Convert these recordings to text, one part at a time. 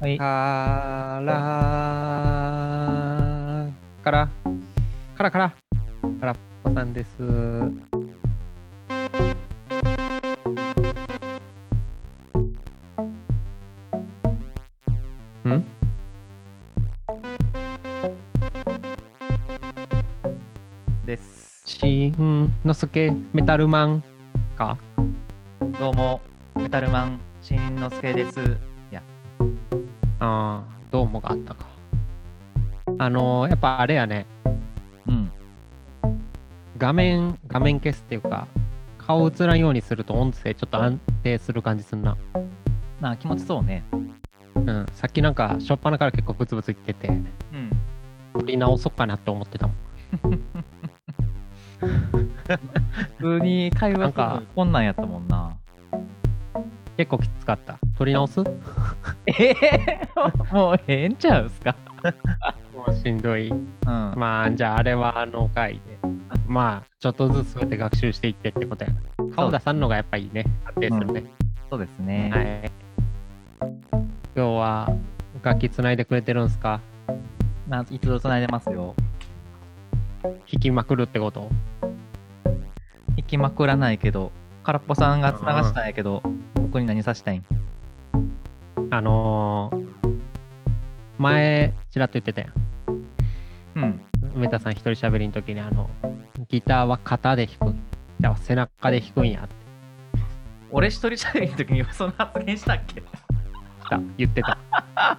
はい。からからからからからっぽさんです。んです。しんのすけメタルマンかどうも、メタルマン、しんのすけです。ああどうもがあったかあのー、やっぱあれやねうん。画面画面消すっていうか顔映らんようにすると音声ちょっと安定する感じすんなまあ、気持ちそうね。うんさっきなんか初っ端から結構ブツブツ言っててうん。撮り直そうかなって思ってたもん普通に会なん話かがこんなんやったもんな。結構きつかった撮り直すもええ もうええんちゃうすかうしんどいうん。まあじゃああれはあの回でまあちょっとずつそうやって学習していってってことや顔出さんのがやっぱいいね安定するね、そうですね。はい今日は楽器つないでくれてるんすかまあ、いつつないでますよ。弾きまくるってこと行きまくらないけど、空っぽさんがつながしたんやけど、僕に何さしたいんあのー、前ちらっと言ってたやんうん。梅田さん一人喋りの時にあのギターは肩で弾くじゃあ背中で弾くんやって俺一人喋りの時にそんな発言したっけ来た言ってた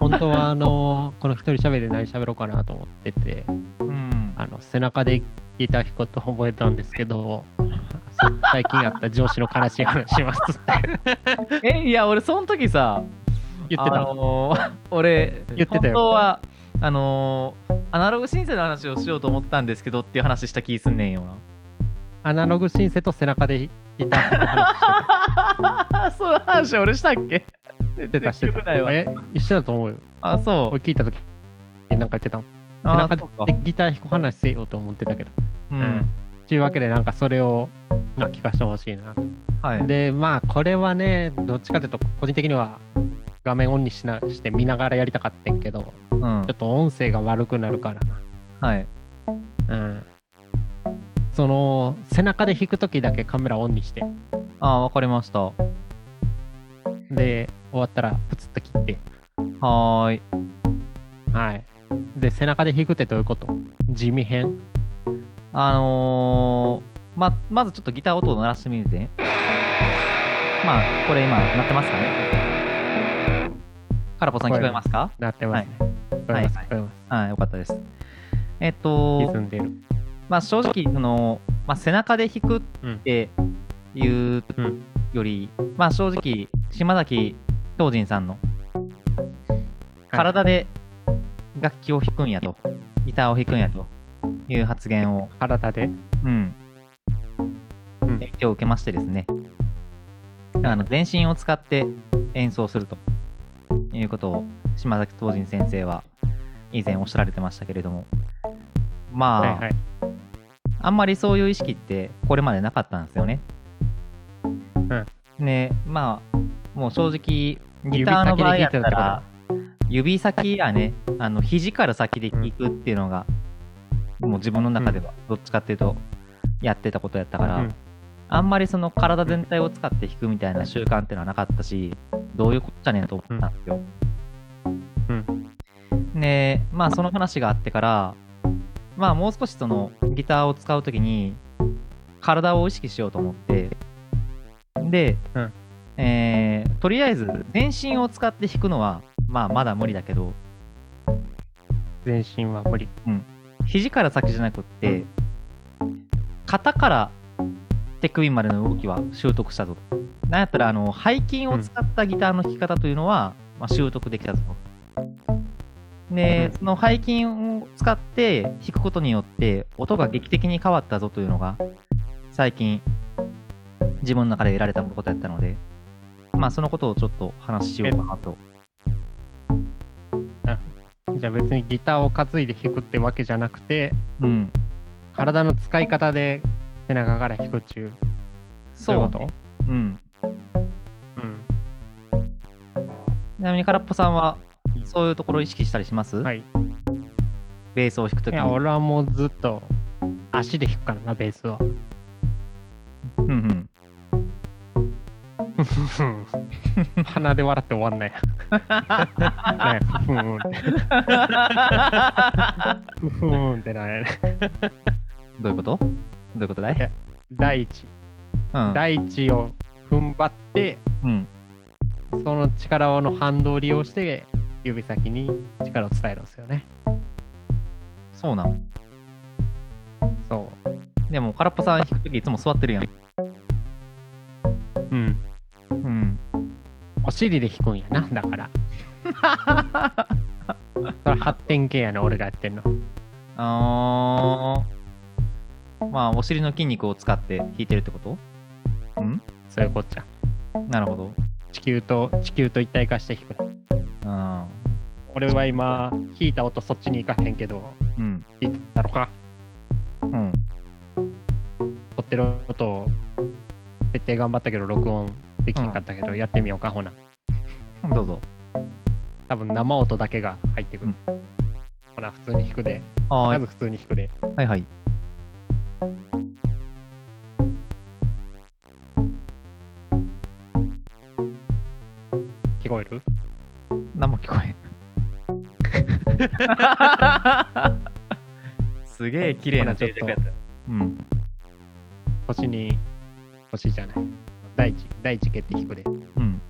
本当はあのーこの一人喋りで何喋ろうかなと思っててうん。あの背中でギター弾くこと覚えたんですけど最近あった上司の悲しい話しますってえ、いや、俺その時さ、言ってたあのー 俺言ってたよ本当はあのーアナログシンセの話をしようと思ったんですけどっていう話した気すんね んよアナログシンセと背中でギター弾く話してたなその話俺したっけ言ってたして 記憶なたいわえ一緒だと思うよあそ俺う聞いた時えなんか言ってたもん背あ中そうかでギター弾く話せようと思ってたけどううんんというわけでなんかそれをまあ聞かせてほしいなはいでまあこれはねどっちかというと個人的には画面オンにしなして見ながらやりたかったんけどちうんょっと音声が悪くなるからはいなうんその背中で弾く時だけカメラオンにしてあわかりましたはで終わったらプツッと切ってーいはいで背中で弾くってどういうこと地味編あのー、ままずちょっとギター音を鳴らしてみるぜまあこれ今鳴ってますかねカラポさん聞こえますかなってますね、聞こえます聞こえますはいよかったですえっと歪んでるまあ、正直その、まあ、背中で弾くっていううんより、まあ、正直島崎東仁さんの体で楽器を弾くんやと、ギターを弾くんやという発言を、体でうんうん影響を受けましてですねあの全身を使って演奏するということを島崎東仁先生は以前おっしゃられてましたけれどもまあ、はいはいあんまりそういう意識ってこれまでなかったんですよね。ねまあもう正直ギターの場合やったら指先やねあの肘から先で弾くっていうのが、もう自分の中ではどっちかっていうとやってたことやったから、うんあんまりその体全体を使って弾くみたいな習慣っていうのはなかったしどういうこっちゃねんと思ったんですよ。でまあその話があってからまあもう少しそのギターを使う時に体を意識しようと思ってで、うんえーとりあえず全身を使って弾くのはまあまだ無理だけど全身は無理肘から先じゃなくって肩から手首までの動きは習得したぞなんやったらあの背筋を使ったギターの弾き方というのは、まあ、習得できたぞでうその背筋を使って弾くことによって音が劇的に変わったぞというのが最近自分の中で得られたことやったのでまあそのことをちょっと話ししようかなとじゃあ別にギターを担いで弾くってわけじゃなくてうん体の使い方で背中から引くっちゅうそういうことうんうんちなみに空っぽさんはそういうところを意識したりします、はい。ベースを弾くといきに。や、俺はもうずっと足で弾くからな、ベー スは。うんうん。鼻で笑って終わんない。ね、ふーんって。ふーんってなる。どういうことどういうことだいや第一、うん。第一を踏ん張って、うん。その力の反動を利用して、指先に力を伝えるんですよね。そうなの。そでも、空っぽさん弾くときいつも座ってるやん。う。うん。うん。お尻で弾くんやな、だ から。それ発展系やな、俺がやってんの。あー。まあ、お尻の筋肉を使って弾いてるってことんそういうこっちゃ。なるほど。地球と、地球と一体化して弾く。うん。俺は今、弾いた音そっちに行かへんけど、うん。弾いたのかうん。撮ってる音を設定頑張ったけど録音できなかったけど、やってみようかほなどうぞ。多分生音だけが入ってくる、うんほな普通に弾くであまーず普通に弾くではいはい。聞こえる何も聞こえ ん。すげえ綺麗な静寂やった。うん。星に星じゃない大地大地蹴って弾くでうん。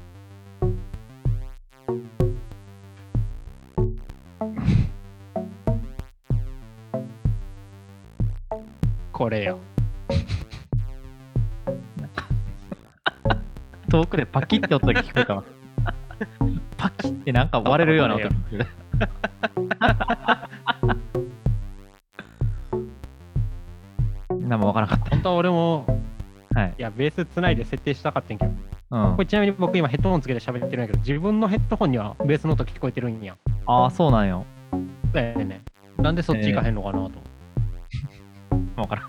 これよ遠くでパキッて音が聞こえたわ。パキッてなんか割れるような音が聞こえた。何もわからなかっ本当は俺もた。はい。いやベースつないで設定したかったんけどうんこれ、ちなみに僕今ヘッドホンつけて喋ってるんやけど自分のヘッドホンにはベースの音聞こえてるんやああ、そうなんよ。だよねなんでそっち行かへんのかなと思って、わからん。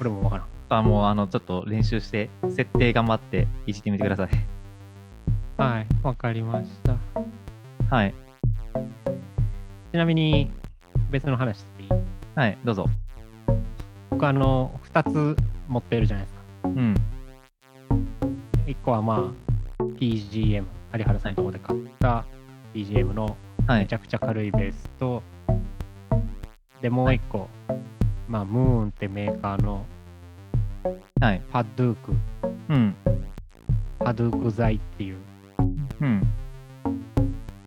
俺もわからんあもうあの、ちょっと練習して、設定頑張っていじってみてください。はい、わかりました。はい。ちなみに、別の話していいはい、どうぞ。僕、あの、2つ持ってるじゃないですか。うん。 1個は、まあ、PGM、有原さんのところで買った PGM のはめいち。ゃくちゃ軽いベースと、で、もう1個、まあ、ムーンってメーカーのはい。パドゥーク、うん。パドゥーク材っていう、うん。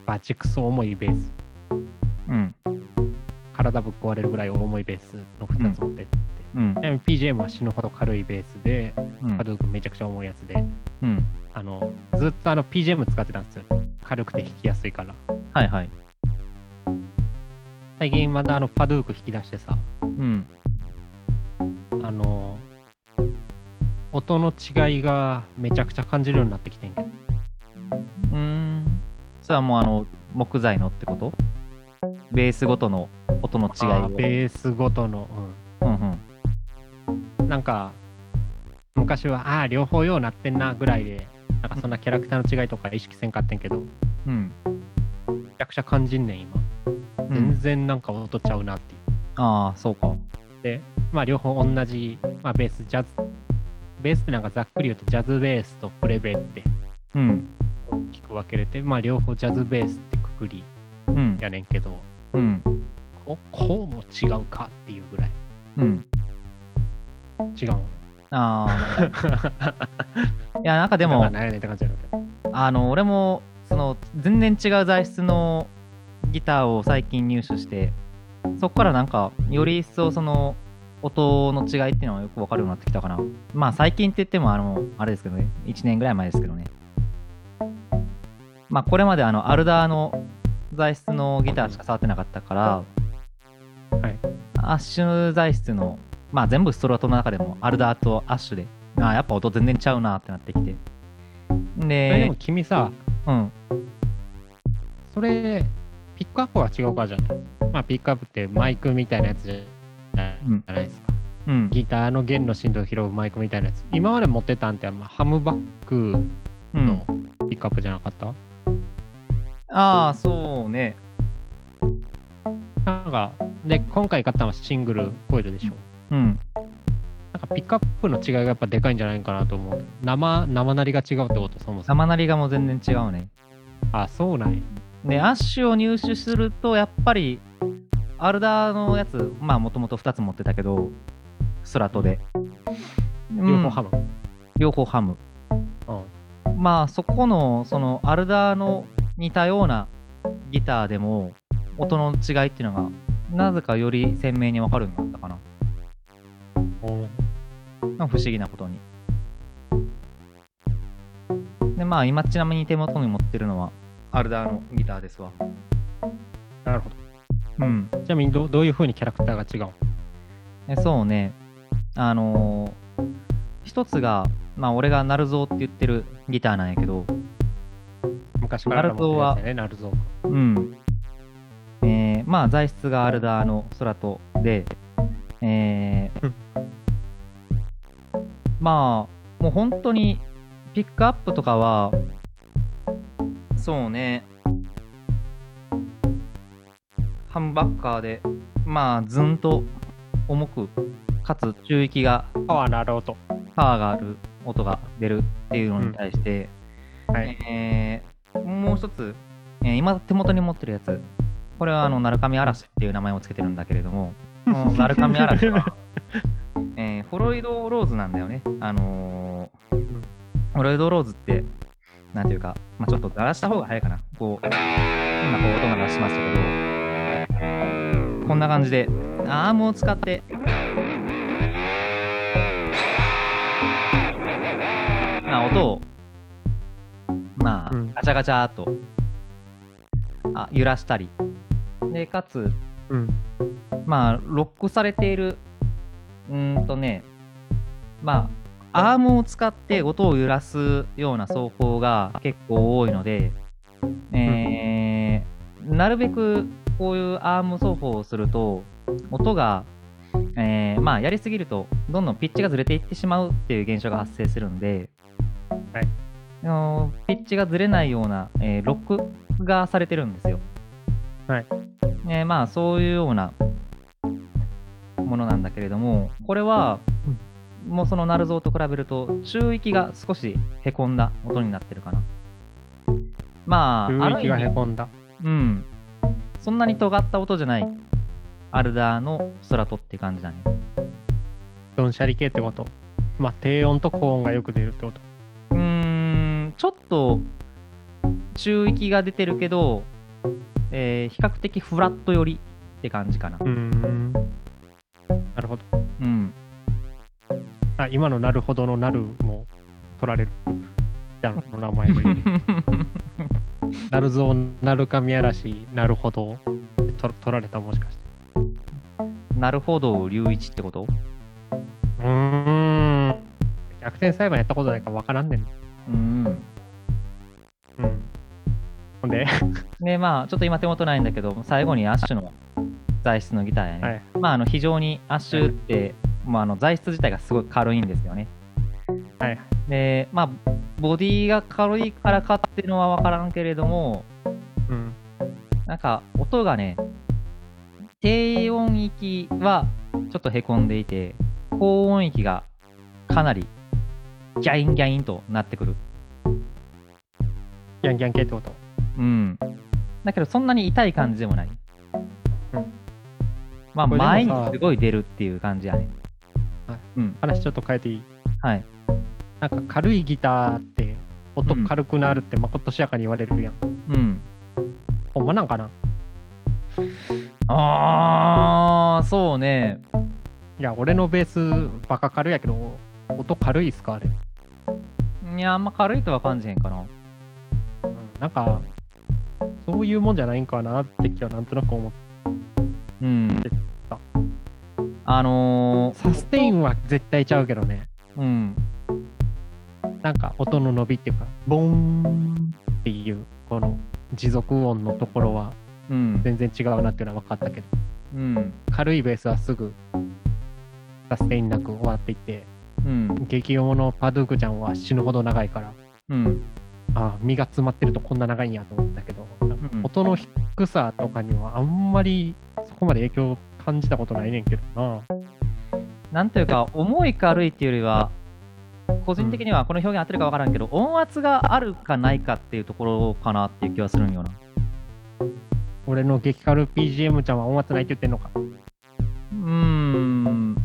バチクソ重いベース、うん。体ぶっ壊れるぐらい重いベースの2つ持ってて、うんち。なみに PGM は死ぬほど軽いベースで、うんパドゥークめちゃくちゃ重いやつで、うん。あの、ずっとあの PGM 使ってたんですよ。軽くて弾きやすいから。はいはい。最近またあの、パドゥーク引き出してさ、うん。あの、音の違いがめちゃくちゃ感じるようになってきてんけど。うーん。それはもうあの、木材のってことベースごとの音の違いあをー。ベースごとの、うんうん。うん。なんか、昔は、ああー、両方ようなってんなぐらいで、なんかそんなキャラクターの違いとか意識せんかってんけど、めうん。ちゃくちゃ感じんねん、今。う全ん、然なんか音ちゃうなっていう。ああ、そうか。で、まあ両方同じ、まあベース、ジャズ、ベースってなんかざっくり言うとジャズベースとプレベーってうん。大きく分けれて、まあ両方ジャズベースってくくりうん。やねんけど、うん。ここうも違うかっていうぐらいうん。違 う。ああ。いや、なんかででも、なも、んやねんって感じやろうけど。あの、俺も、その、全然違う材質のギターを最近入手して、そこからなんか、より一層その、音の違いっていうのはよくわかるようになってきたかな。まあ、最近って言っても、あの、あれですけどね、1年ぐらい前ですけどね。まあ、これまであの、アルダーの材質のギターしか触ってなかったから、はいアッシュ材質の、まあ、全部ストラトの中でも、アルダーとアッシュで、ああ、やっぱ音全然ちゃうなってなってきて。それででも、君さ、うん。それ、ピックアップは違うかじゃないまあピックアップってマイクみたいなやつじゃうんないですか。うん。ギターの弦の振動を拾うマイクみたいなやつ。今まで持ってたんって、まあハムバックうのん。ピックアップじゃなかった、ああ、そうね。なんか、で、今回買ったのはシングルコイルでしょ。うん。なんかピックアップの違いがやっぱでかいんじゃないかなと思う。生、生なりが違うってこと、そもそも。生なりがもう全然違うね。あ、そうなんや。で、アッシュを入手すると、やっぱり、アルダーのやつ、まあ、もともと2つ持ってたけど、スラトで。両うん方ハマ。両方ハム。うん。まあ、そこの、その、アルダーの似たようなギターでも、音の違いっていうのが、なぜかより鮮明に分かるようになったかな。おーまあ不思議なことに。で、まあ今ちなみに手元に持ってるのは、アルダーのギターですわ。なるほど。うん。ちなみにど、どういう風にキャラクターが違うのえそうね。あのー一つが、まあ俺がナルゾーって言ってるギターなんやけど、昔からナルゾー持はってるやつやね、ナルゾー。うん。えーまあ材質がアルダーの空とで、えーうんまあ、もう本当にピックアップとかは、そうね、ハンバッカーで、まあ、ずんと重く、かつ中域が、パワーのある音。パワーがある音が出るっていうのに対して、はい。えーもう一つ、えー今手元に持ってるやつ、これはあの、鳴神嵐っていう名前をつけてるんだけれども、 この鳴神嵐は、えーフロイド・ローズなんだよね。あのーフロイド・ローズって、なんていうか、まあ、ちょっと鳴らした方が早いかな。こう、今こう音が鳴らしましたけど、こんな感じで、アームを使って、まあ、音を、まあ、うんガチャガチャっと、あ揺らしたり、で、かつ、うん。まあ、ロックされている、うーんとね、まあ、アームを使って音を揺らすような奏法が結構多いので、えーなるべくこういうアーム奏法をすると、音が、えーまあ、やりすぎると、どんどんピッチがずれていってしまうっていう現象が発生するんで、はいあのピッチがずれないような、えーロックがされてるんですよ。はいえーまあ、そういうようなものなんだけれどもこれはもうその鳴像と比べると中域が少しへこんだ音になってるかなまああ雰る囲意気がへ味こんだ。うんそんなに尖った音じゃないアルダーのストラトって感じだねどんしゃり系ってこと。まあ、低音と高音がよく出るってこと。うーんちょっと中域が出てるけど、えー比較的フラット寄りって感じかなうーん。なるほど。うんあ、今のなるほどのなるも取られる。じゃあ、の名前 で。なるぞ、なるかみやらし、なるほど。と取られた、もしかして。なるほど龍一ってことうーん。逆転裁判やったことないから分からんねん。うんうん。ほんで、でまあちょっと今手元ないんだけど最後にアッシュの材質のギターやね、はいまああの非常にアッシュって、まあ、あの材質自体がすごい軽いんですよねはいでまあボディが軽いからかっていうのは分からんけれどもうん。なんか音がね低音域はちょっとへこんでいて高音域がかなりギャインギャインとなってくるギャンギャン系ってこと。うんだけどそんなに痛い感じでもない。うんまあこれでもさ前にすごい出るっていう感じやね。はいうん。話ちょっと変えていいはい。なんか軽いギターって音軽くなるってまことしやかに言われるやん。うん。ほんまなんかなああ、そうね。いや、俺のベースバカ軽いやけど、音軽いっすかあれ。いや、あんま軽いとは感じへんかな。うんなんか、そういうもんじゃないんかなって気はなんとなく思って。うん。あのー、サステインは絶対ちゃうけどね。うん。なんか音の伸びっていうか、ボーンっていう、この持続音のところはうん。全然違うなっていうのは分かったけど、うん。軽いベースはすぐサステインなく終わっていって、うん。激重のパドゥークちゃんは死ぬほど長いから、うん。ああ、身が詰まってるとこんな長いんやと思ったけど、なんかうん音の低さとかにはあんまりそこまで影響感じたことないねんけどな。なんというか、重い軽いっていうよりは、個人的にはこの表現合ってるか分からんけど、音圧があるかないかっていうところかなっていう気はするんよな。俺の激軽 BGM ちゃんは音圧ないって言ってんのか。うーん、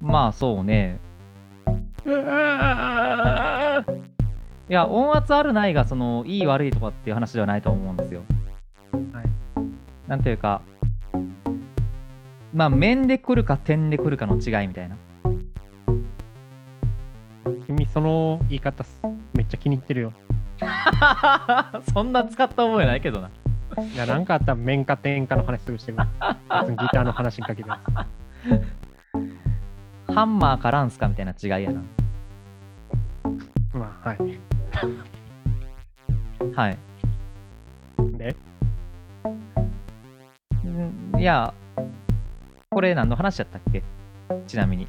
まあそうね。いや、音圧あるないが、その、いい悪いとかっていう話ではないと思うんですよ。はいなんというか、まあ、面で来るか点で来るかの違いみたいな。君その言い方すめっちゃ気に入ってるよ。 そんな使った覚えないけどな。いやなんかあったら面か点かの話すぐしてくる。別にギターの話にかけてます。ハンマーかランスかみたいな違いやな。まあはい。はい。で、んいや、これ何の話やったっけちなみ に。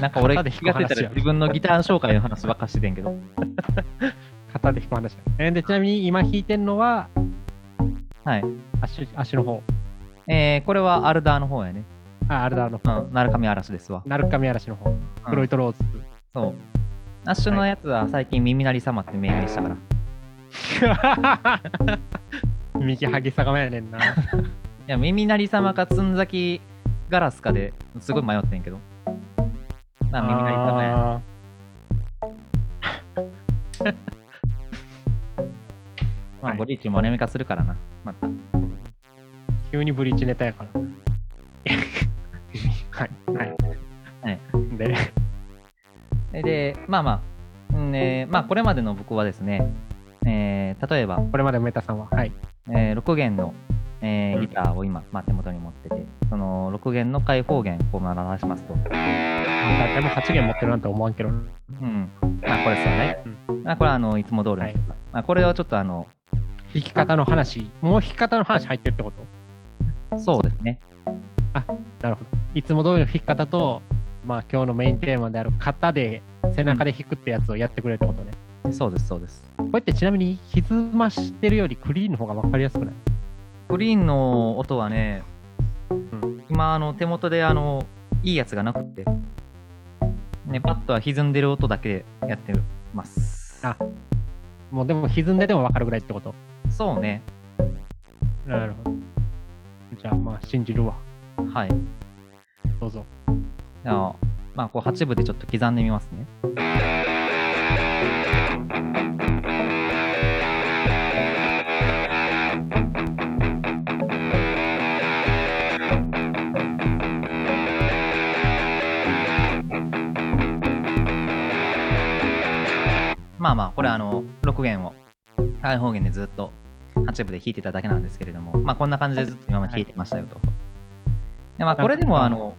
なんか俺、肩で気弾く話やがついたら自分のギター紹介の話ばっかしててんけど。肩で弾く話だね。えーでちなみに今弾いてんのははい。足足の方。えー、これはアルダーの方やね。あ、あれだ、あの、うん、鳴神嵐ですわ。鳴ルカミ嵐の方。うん黒いトローズ。そう。ナッシュのやつは最近耳鳴り様って命名したから。い 右はぎさがまやねんな。や、耳鳴り様かつんざきガラスかですごい迷ってんけど。な耳鳴り様や。あー まはあ、いボリーチもアニメ化するからな。また。急にブリーチネタやから。 はい、はい。はいで、えで、まあまあ、うんえーまあ、これまでの僕はですね、えー例えば、これまでメタさんは、はい。え6弦の、えーうんギターを今、まあ、手元に持ってて、その6弦の開放弦、こう鳴らしますと。誰も8弦持ってるなんて思わんけど。うん。まあ、これですよね。まあ、これは、あの、いつも通りの、はいまあ、これをちょっと、あの、弾き方の話、もう弾き方の話入ってるってことそうですね。なるほど。いつも通りの弾き方と、まあ今日のメインテーマである型で、背中で弾くってやつをやってくれるってことね。そうです、そうです。こうやってちなみに、歪ましてるよりクリーンの方が分かりやすくないグリーンの音はね、ん今、あの、手元で、あの、いいやつがなくって、ね、パッとは歪んでる音だけでやってます。あもうでも歪んででも分かるぐらいってことそうね。なるほど。じゃあまあ信じるわ。はい。どうぞ。じゃあ、まあ、こう8部でちょっと刻んでみますね。まあまあ、これあの、6弦を、大方弦でずっと8部で弾いてただけなんですけれども、まあこんな感じでずっと今まで弾いてましたよと。でまあこれでもあの、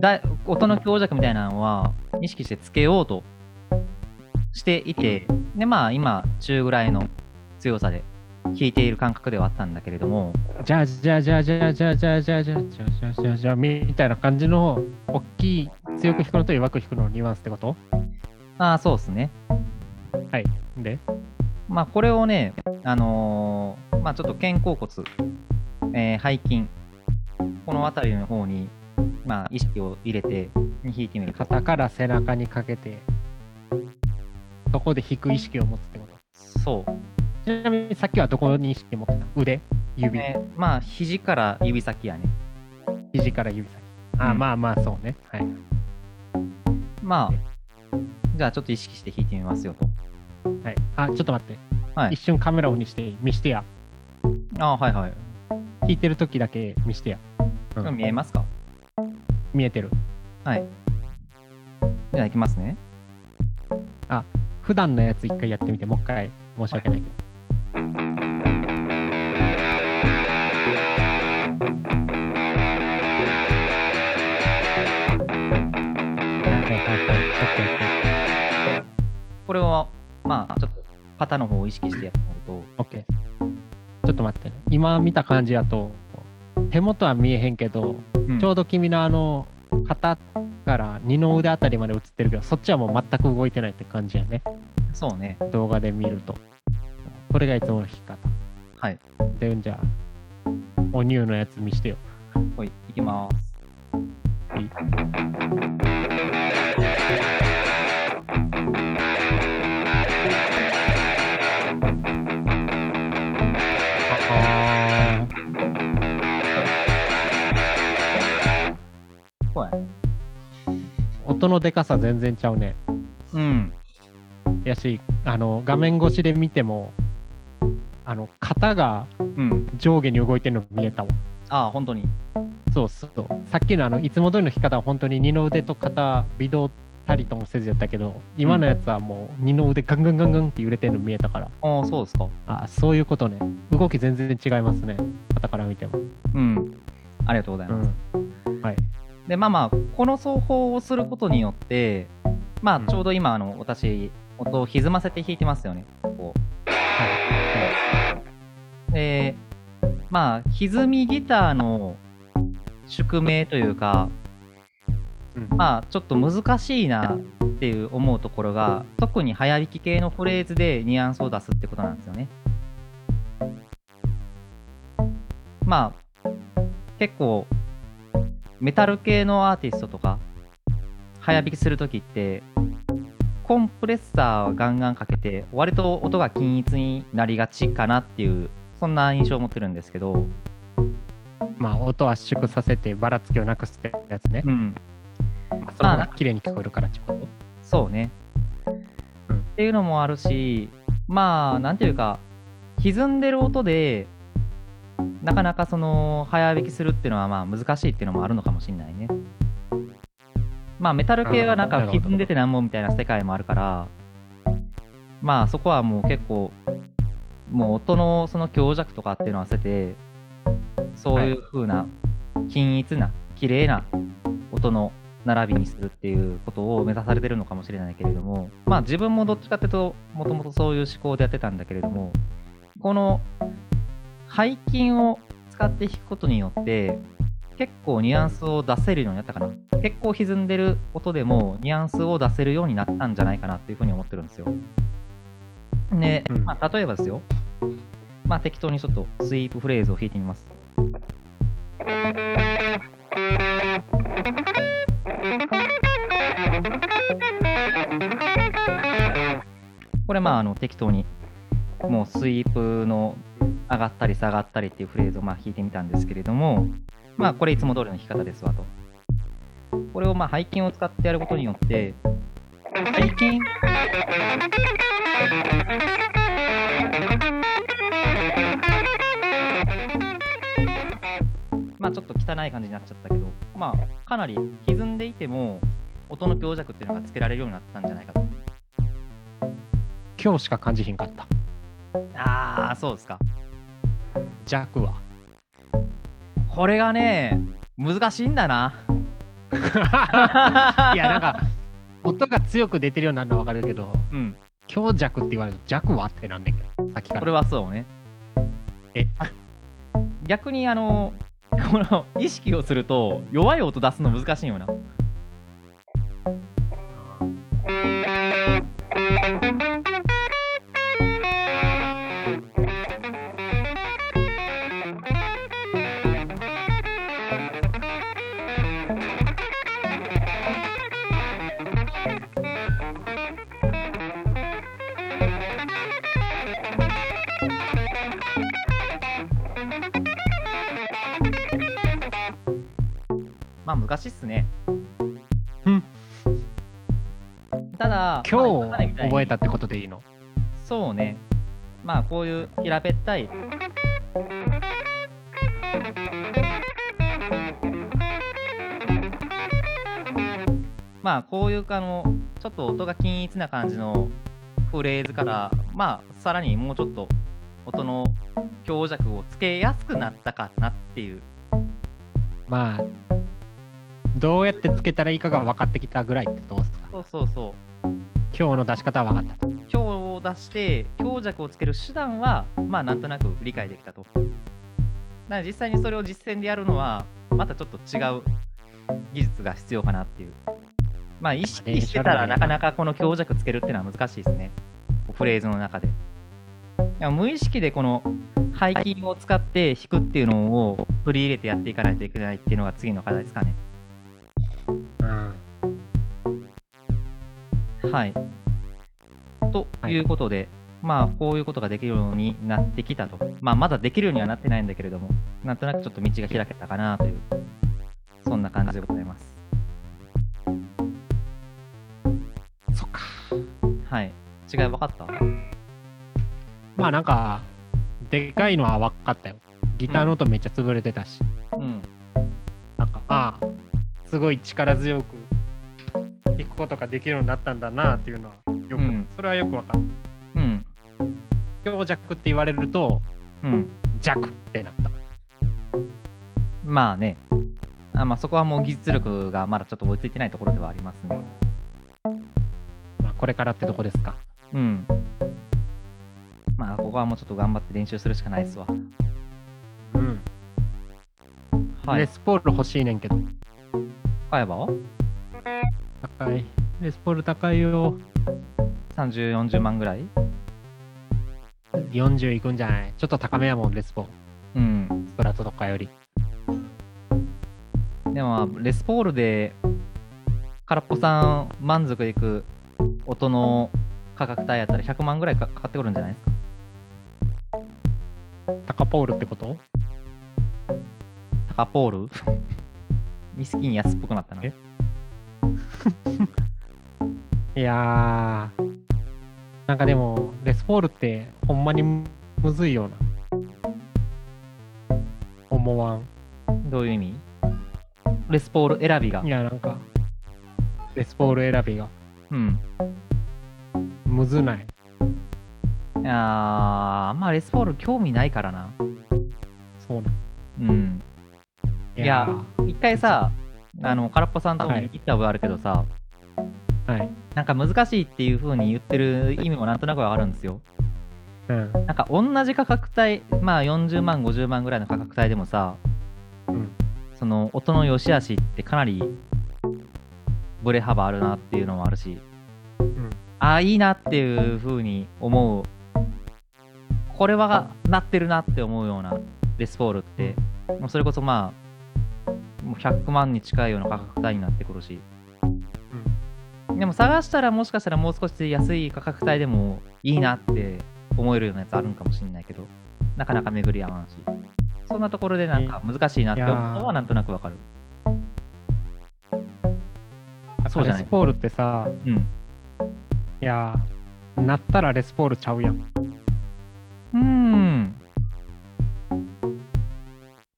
だ音の強弱みたいなのは意識してつけようとしていて、でまあ今、中ぐらいの強さで弾いている感覚ではあったんだけれども、じゃあじゃあじゃあじゃあじゃあじゃあじゃあじゃあじゃあじゃあじゃあじゃあみたいな感じの大きい強く弾くのと弱く弾くののニュアンスってことああ、そうですね。で、まあ、これをね、あのーまあ、ちょっと肩甲骨、えー背筋、この辺りの方に、まあ、意識を入れて、に引いてみると。肩から背中にかけて、そこで弾く意識を持つってこと。そちなみにさっきはどこに意識持ってた腕う。指、えーまあ、肘から指先やね。肘から指先。あー、うんまあまあそうね。はい。まあ、じゃあちょっと意識して弾いてみますよと。はい、あ、ちょっと待って。はい一瞬カメラオンにして、見してや。ああ、はいはい。弾いてる時だけ見してや。うん見えますか見えてる。じゃあ、いきますね。普段のやつ一回やってみて、もう一回申し訳ないけど。はいはいはいはいこれは、まあ、ちょっと肩の方を意識してやってみると、オッケーオッケーオッケーちょっと待ってね。今見た感じだと、手元は見えへんけど、うんちょうど君のあの、肩から二の腕あたりまで映ってるけど、そっちはもう全く動いてないって感じやね。そうね。動画で見ると。これがいつもの弾き方。はい。で、じゃあ、おニューのやつ見してよ。ほい、いきます。はいあほい。音のでかさ全然ちゃうね。うん。やし、あの、画面越しで見ても、あの、型がうん。上下に動いてるの見えたわ。ああ、本当に。そうそう。さっきのあの、いつも通りの弾き方は本当に二の腕と肩、微動たりともせずやったけど、今のやつはもう二の腕ガンガンガンガンって揺れてるの見えたから、ああ、そうですか。あそういうことね。動き全然違いますね。肩から見ても。うん。ありがとうございます。うん。はい。でまあまあこの奏法をすることによってまあうんちょうど今あの私音を歪ませて弾いてますよねこうでまあ歪みギターの宿命というか、うんまあちょっと難しいなっていう思うところが特に早弾き系のフレーズでニュアンスを出すってことなんですよねまあ結構メタル系のアーティストとか早弾きする時ってコンプレッサーをガンガンかけて割と音が均一になりがちかなっていうそんな印象を持ってるんですけど、まあ、音を圧縮させてばらつきをなくすってやつね。うん、それが綺麗に聞こえるからちょっと。そうね。うんっていうのもあるし、まあ、なんていうか、歪んでる音で、なかなかその早弾きするっていうのはまあ難しいっていうのもあるのかもしれないね。まあメタル系はなんあーかなるほど歪んでてなんもみたいな世界もあるから、まあそこはもう結構、もう音のその強弱とかっていうのを合わせて、そういう風な均一な、綺麗な音の並びにするっていうことを目指されてるのかもしれないけれどもまあ自分もどっちかっていうともともとそういう思考でやってたんだけれどもこの背筋を使って弾くことによって結構ニュアンスを出せるようになったかな結構歪んでる音でもニュアンスを出せるようになったんじゃないかなっていうふうに思ってるんですよで、うんまあ、例えばですよまあ適当にちょっとスイープフレーズを弾いてみますこれまああの適当にもうスイープの上がったり下がったりっていうフレーズをまあ弾いてみたんですけれどもまあこれいつも通りの弾き方ですわとこれをまあ背筋を使ってやることによって背筋まあちょっと汚い感じになっちゃったけどまあかなり歪んでいても音の強弱っていうのがつけられるようになったんじゃないかと今日しか感じひんかった。ああそうですか弱は。これがね難しいんだな いや、なんか、音が強く出てるようになるのはわかるけど、うん強弱って言われると弱はってなんねんけど、さっきかこれら。はそうねえあ逆にあのこの意識をすると弱い音出すの難しいよなまあ難しいっすねうんただ今まあまでみ日たいに覚えたってことでいいの。そうねまあこういう平べったいまあこういうあのちょっと音が均一な感じのフレーズからまあさらにもうちょっと音の強弱をつけやすくなったかなっていうまあ、どうやってつけたらいいかが分かってきたぐらいってどうですか。そうそうそう今日の出し方は分かった。強を出して強弱をつける手段はまあなんとなく理解できたと。なので実際にそれを実践でやるのはまたちょっと違う技術が必要かなっていう。まあ意識してたらなかなかこの強弱つけるっていうのは難しいですね。フレーズの中で。や無意識でこの背筋を使って弾くっていうのを取り入れてやっていかないといけないっていうのが次の課題ですかね。うんはい。ということで、まあこういうことができるようになってきたと、まあ、まだできるようにはなってないんだけれども、なんとなくちょっと道が開けたかなという、そんな感じでございます。そっかはい。違い分かったまあなんかでかいのは分かったよギターの音めっちゃ潰れてたし、うん。なんかまあすごい力強く弾くことができるようになったんだなっていうのはよく、うんそれはよく分かっうん。た強弱って言われるとうん。弱ってなったまあね。あまあそこはもう技術力がまだちょっと追いついてないところではありますね。まあ、これからってとこですか。うん。まあここはもうちょっと頑張って練習するしかないですわ。うん。はいレ。スポール欲しいねんけど。買えば高い。レスポール高いよ。 30、40万ぐらい40いくんじゃないちょっと高めやもん、レスポール。うん。スプラトとかより。でもレスポールで空っぽさん満足いく音の価格帯やったら100万ぐらいかかかってくるんじゃないですか高ポールってこと高ポール ミスキン安っぽくなったなえいやー。なんかでも、レスポールってほんまにむずいような。思わん。どういう意味レスポール選びがいや、なんか、レスポール選びがうんむずない。あーあんまレスポール興味ないからなそうなん。うんいや一回さあの空っぽさんともはい言った覚えあるけどさ、ーはい。なんか難しいっていう風に言ってる意味もなんとなくわかるんですようん。なんか同じ価格帯、まあ40万、50万ぐらいの価格帯でもさ、うんその音の良し悪しってかなりブレ幅あるなっていうのもあるし、んああ、いいなっていう風に思う、これはなってるなって思うようなレスポールって、もうそれこそまあ、もう100万に近いような価格帯になってくるし、でも探したらもしかしたらもう少し安い価格帯でもいいなって思えるようなやつあるんかもしれないけどなかなか巡り合わんしそんなところでなんか難しいなって思ういやのーはなんとなくわかるそうじレゃないスポールってさ、うんいやー、なったらレスポールちゃうやん。うーん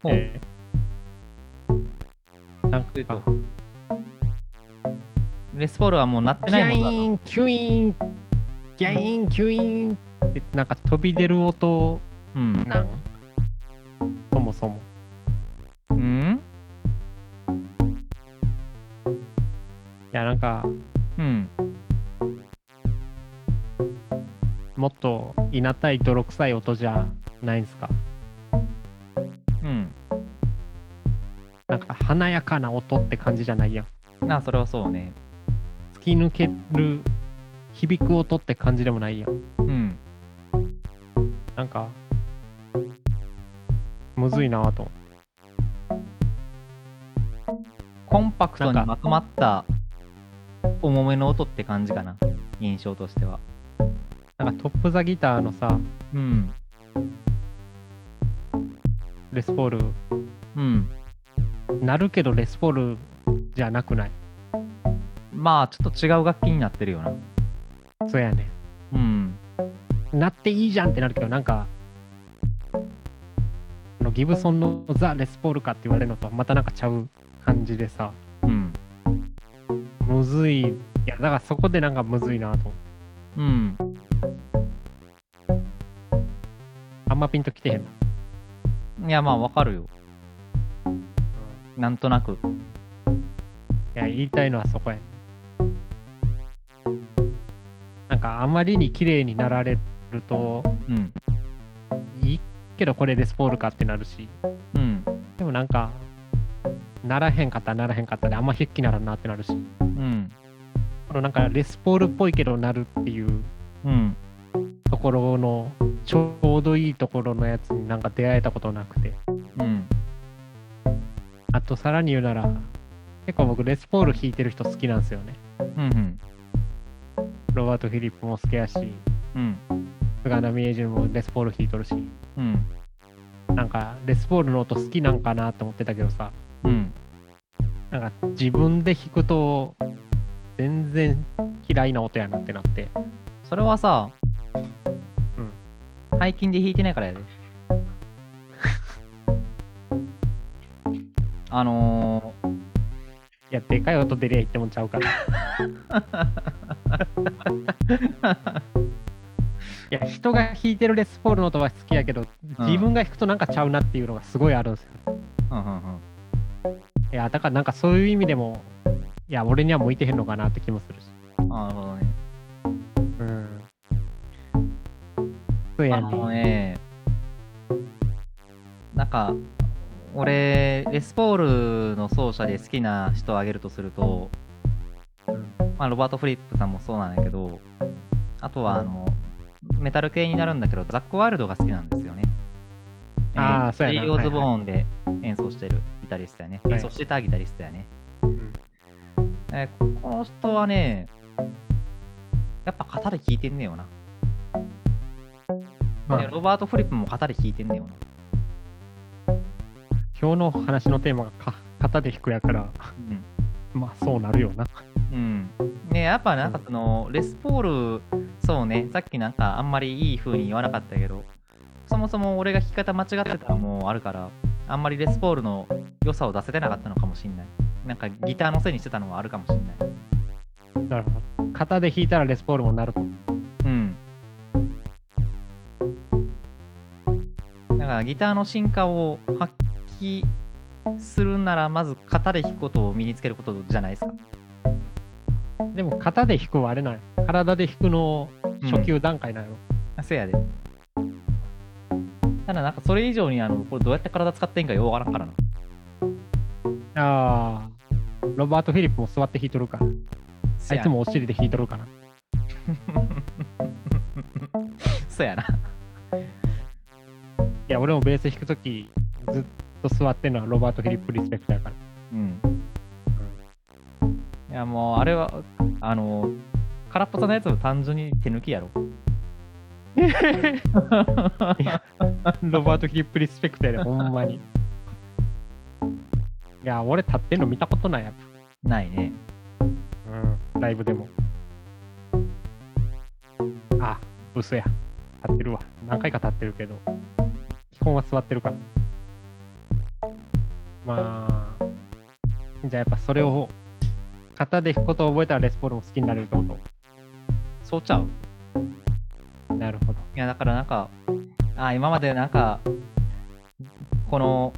ほうえーなんえっとか、レスポールはもうなってギなャいイものだーン、キュイーン、ギャイーン、キュイーンって、なんか飛び出る音うんなんそもそも。うんいや、なんか、うんもっと、いなたい泥臭い音じゃないんすか。うんなんか、華やかな音って感じじゃないやん。なあそれはそうね突き抜ける、響く音って感じでもないやん。うんなんか、むずいなぁと。コンパクトになんかまとまった重めの音って感じかな印象としてはなんかトップザギターのさ、うんレスポール、うんなるけどレスポールじゃなくない。まあちょっと違う楽器になってるよなそうやね。うんなっていいじゃんってなるけど、なんか、あのギブソンのザ・レスポールかって言われるのとはまたなんかちゃう感じでさ、うんむずい。いや、だからそこでなんかむずいなぁと思う。うんあんまピンときてへんな。いやまあわかるよなんとなくいや、言いたいのはそこやね。なんかあまりに綺麗になられると、うんいいけどこれレスポールかってなるしうんでもなんかならへんかったらならへんかったであんま筆記ならんなってなるしうんこのなんかレスポールっぽいけどなるっていううんところのちょうどいいところのやつになんか出会えたことなくてうん。あとさらに言うなら結構僕レスポール弾いてる人好きなんですよねうん。ロバート・フィリップも好きやしうん。菅波英順もレスポール弾いとるしうん。なんかレスポールの音好きなんかなと思ってたけどさうん。なんか自分で弾くと全然嫌いな音やなってなってそれはさ、うん。背筋で弾いてないからやで。 あのいやでかい音出りゃ言ってもんちゃうから いや人が弾いてるレスポールの音は好きやけどうん自分が弾くとなんかちゃうなっていうのがすごいあるんですよ、ー、うんうんうん。いやだからなんかそういう意味でもいや俺には向いてへんのかなって気もするしあなるほどね。うんそうやあねのね、なんか、俺、レスポールの奏者で好きな人を挙げるとすると、まあ、ロバート・フリップさんもそうなんだけど、あとは、あの、メタル系になるんだけど、ザック・ワールドが好きなんですよね。あーそうやなジェイ・オズボーンで演奏してるギタリストやね。はい演奏してたギタリストやね。うんえーこの人はね、やっぱ型で聴いてんねよな。まあでロバート・フリップも型で弾いてんねよな。今日の話のテーマがか型で弾くやからうんまあそうなるよなうん、ねやっぱなんかそのレスポールそうねさっきなんかあんまりいい風に言わなかったけどそもそも俺が弾き方間違ってたのもあるからあんまりレスポールの良さを出せてなかったのかもしんないなんかギターのせいにしてたのもあるかもしんないなるほど型で弾いたらレスポールもなるとうんだからギターの進化を発揮するならまず型で弾くことを身につけることじゃないですかでも型で弾くはあれない体で弾くの初級段階なの、あせやで。ただなんかそれ以上にあのこれどうやって体使っていいんかようわからんからな。ああロバート・フィリップも座って弾いとるからあいつもお尻で弾いとるからそうやな。いや俺もベース弾くときずっと座ってるのはロバート・フィリップリスペクトやからうん。いやもうあれはあの空っぽさのやつも単純に手抜き やろ。 ロバート・フィリップリスペクトやでほん まにいや俺立ってんの見たことないやっないね。ぱ、うん、ライブでもあ嘘や立ってるわ何回か立ってるけど基本は座ってるからまあじゃあやっぱそれを型で弾くことを覚えたらレスポールも好きになれるってこそうちゃう。となるほどいやだからなんかあ今までなんかこの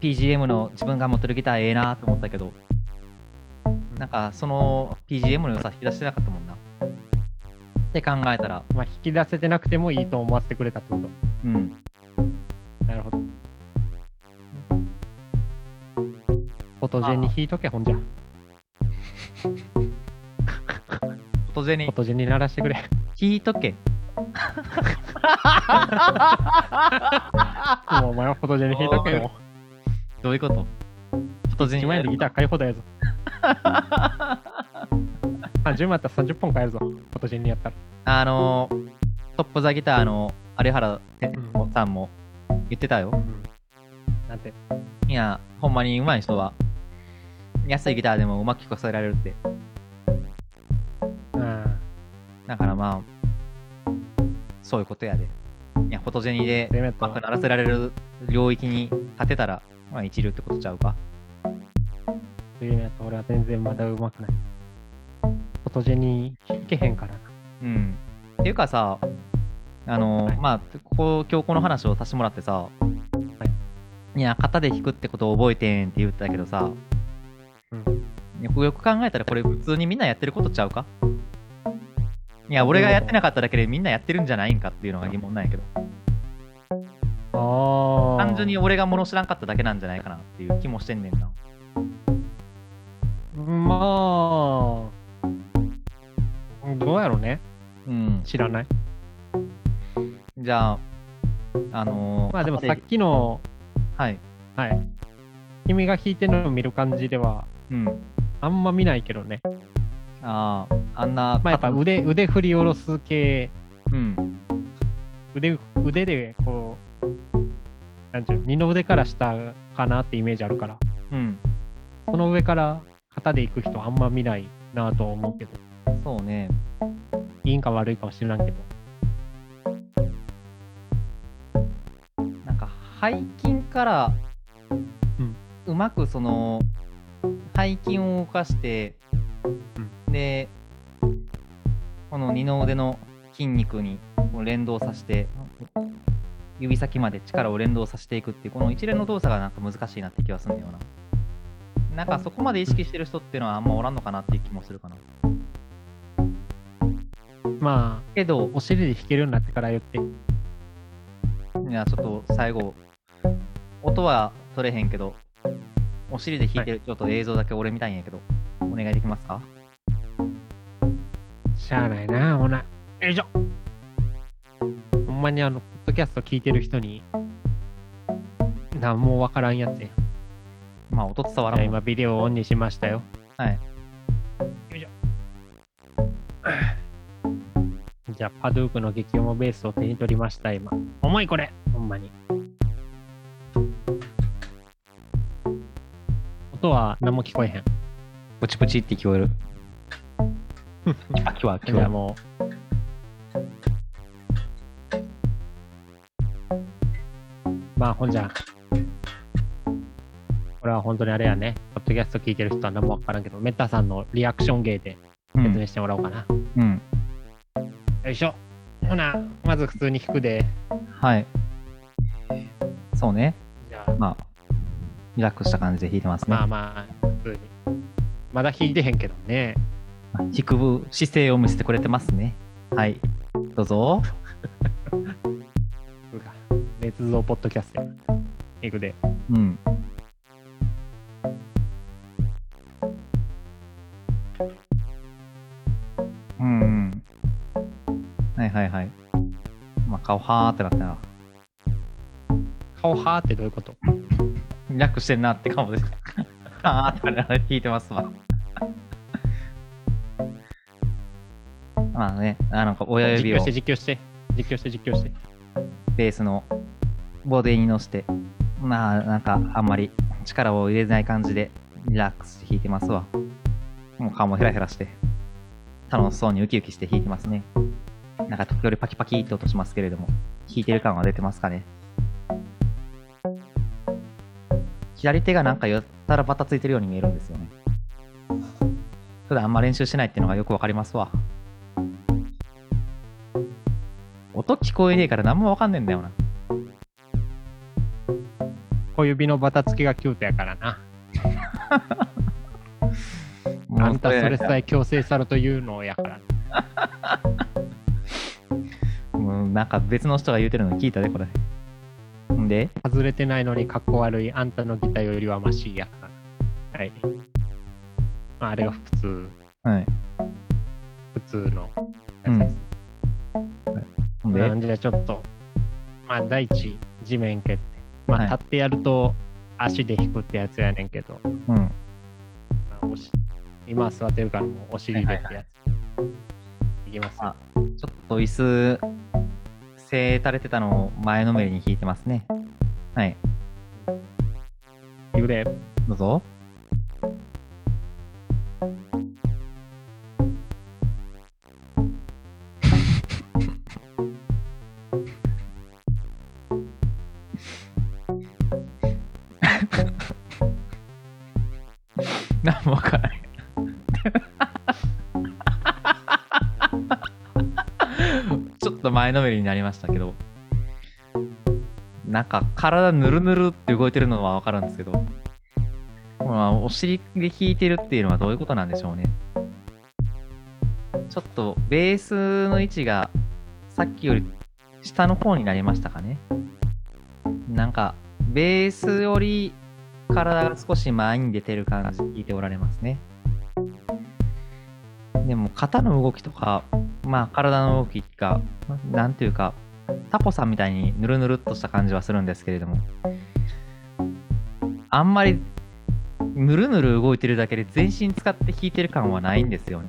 PGM の自分が持ってるギターええなと思ったけどなんかその PGM の良さ引き出してなかったもんなって考えたらまあ、引き出せてなくてもいいと思わせてくれたってこと。うんなるほど。フォトジェに引いとけ、ほんじゃ。フフォトジェォにトジェに鳴らしてくれ。引いとけもうお前はフォトジェに引いとけよ。どういうことフォトジェに1万円でギター買い放 題やぞ。30万あったら30本買えるぞ、フォトジェにやったら。あのトップザギターの有原哲子さんも言ってたよなんて、いやほんまに上手い人は安いギターでもうまく聞かせられるってうん、だからまあ、そういうことやで。いや、フォトジェニでデメッうまトくならせられる領域に立てたら、まあ一流ってことちゃうか。というのやつ、俺は全然まだうまくない。フォトジェに引けへんからな。うん。っていうかさ、あの、はいまあ、ここ、今日この話をさせてもらってさ、い、や、型で弾くってことを覚えてんって言ってたけどさ、うん、よくよく考えたらこれ普通にみんなやってることちゃうかいや、俺がやってなかっただけでみんなやってるんじゃないんかっていうのが疑問なんやけど、ああ。単純に俺が物知らんかっただけなんじゃないかなっていう気もしてんねんな。まあ、どうやろうね。うん。知らない。じゃあ、あのーまあでもさっきの、はい。はい。君が弾いてるのを見る感じでは、うん。あんま見ないけどね。ああ、あんな、まあやっぱ腕、腕振り下ろす系、うん。腕、腕でこう、なんていうの二の腕から下かなってイメージあるから、うん。その上から肩で行く人あんま見ないなとは思うけど、そうね。いいんか悪いかもしれないけど。なんか背筋からうんうまくその背筋を動かして、でこの二の腕の筋肉にこう連動させて指先まで力を連動させていくっていうこの一連の動作がなんか難しいなって気がするんだよな。なんかそこまで意識してる人っていうのはあんまおらんのかなっていう気もするかな。まけどあ、お尻で弾けるようになってから言って、いや、ちょっと最後、音は取れへんけど、お尻で弾いてる、ちょっと映像だけ俺見たいんやけど、お願いできますかしゃあないな、ほな。よいしょ。ほんまにあの、ポッドキャスト聞いてる人に、なんもわからんやつや。まあ、音伝じわゃあらんもん。今ビデオをオンにしましたよ。はい。じゃあパドゥークの激重ベースを手に取りました今。重いこれほんまに。音は何も聞こえへん。プチプチって聞 こえる。あ、今日は、じゃあは。もう。まあほんじゃ。これは本当にあれやね。ポッドキャスト聞いてる人は何もわからんけど、メッタさんのリアクション芸でう説ん。明してもらおうかな。うん、よいしょ。ほな、まず普通に弾くで。はい。そうね。じゃあまあ、リラックスした感じで弾いてますね。まあまあ、普通に。まだ弾いてへんけどね。低く姿勢を見せてくれてますね。はい。どうぞ。うか捏造ポッドキャストや。いくで。うん。うんうん。はいはいはい。まあ、顔はーってなったな。顔はーってどういうこと略してんなって顔で。 はーってなって聞いてますわ。 まあね、あの、親実指況をして実況して。実況して実況して。ベースのボディに乗せて、まあ、なんか、あんまり力を入れない感じで、リラックスして弾いてますわ。もう顔もヘラヘラして、楽しそうにウキウキして弾いてますね。なんか、時折パキパキって音しますけれども、弾いてる感は出てますかね。左手がなんかやたらばたついてるように見えるんですよね。普段あんま練習しないっていうのがよくわかりますわ。音聞こえねえから何もわかんねえんだよな。小指のバタつきがキュートやからな。あんたそれさえ強制されというのやから。もうなんか別の人が言うてるの聞いたでこれんで外れてないのにかっこ悪い。あんたのギターよりはマシやから。はい。まあ、あれが普通、はい普通のうやつんです。ほんで、なんじゃちょっと、まあ、第一、地面蹴って。まあ、はい立ってやると足で引くってやつやねんけど。うんまあおし今は座ってるからもうお尻でってやつ。いきますよあちょっと椅子背垂れてたのを前のめりに引いてますねはいいくで、どうぞ 何もわからない。 ちょっと前のめりになりましたけど、なんか体ぬるぬるって動いてるのはわかるんですけど、まあ、お尻で弾いてるっていうのはどういうことなんでしょうね。ちょっとベースの位置がさっきより下の方になりましたかね。なんかベースより体が少し前に出てる感じで弾いておられますね。でも肩の動きとか、まあ体の動きが、なんていうか、タポさんみたいにぬるぬるっとした感じはするんですけれどもあんまりぬるぬる動いてるだけで全身使って弾いてる感はないんですよ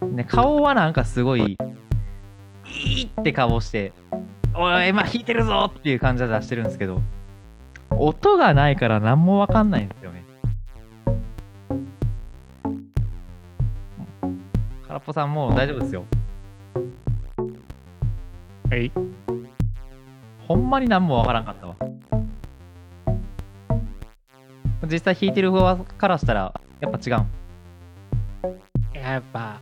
ね。ね顔はなんかすごい「いい!」って顔して「おい今弾いてるぞ!」っていう感じは出してるんですけど音がないから何もわかんないんですよね。空っぽさんもう大丈夫ですよ。はい。ほんまに何もわからんかったわ。実際弾いてる側からしたら、やっぱ違うん。やっぱ、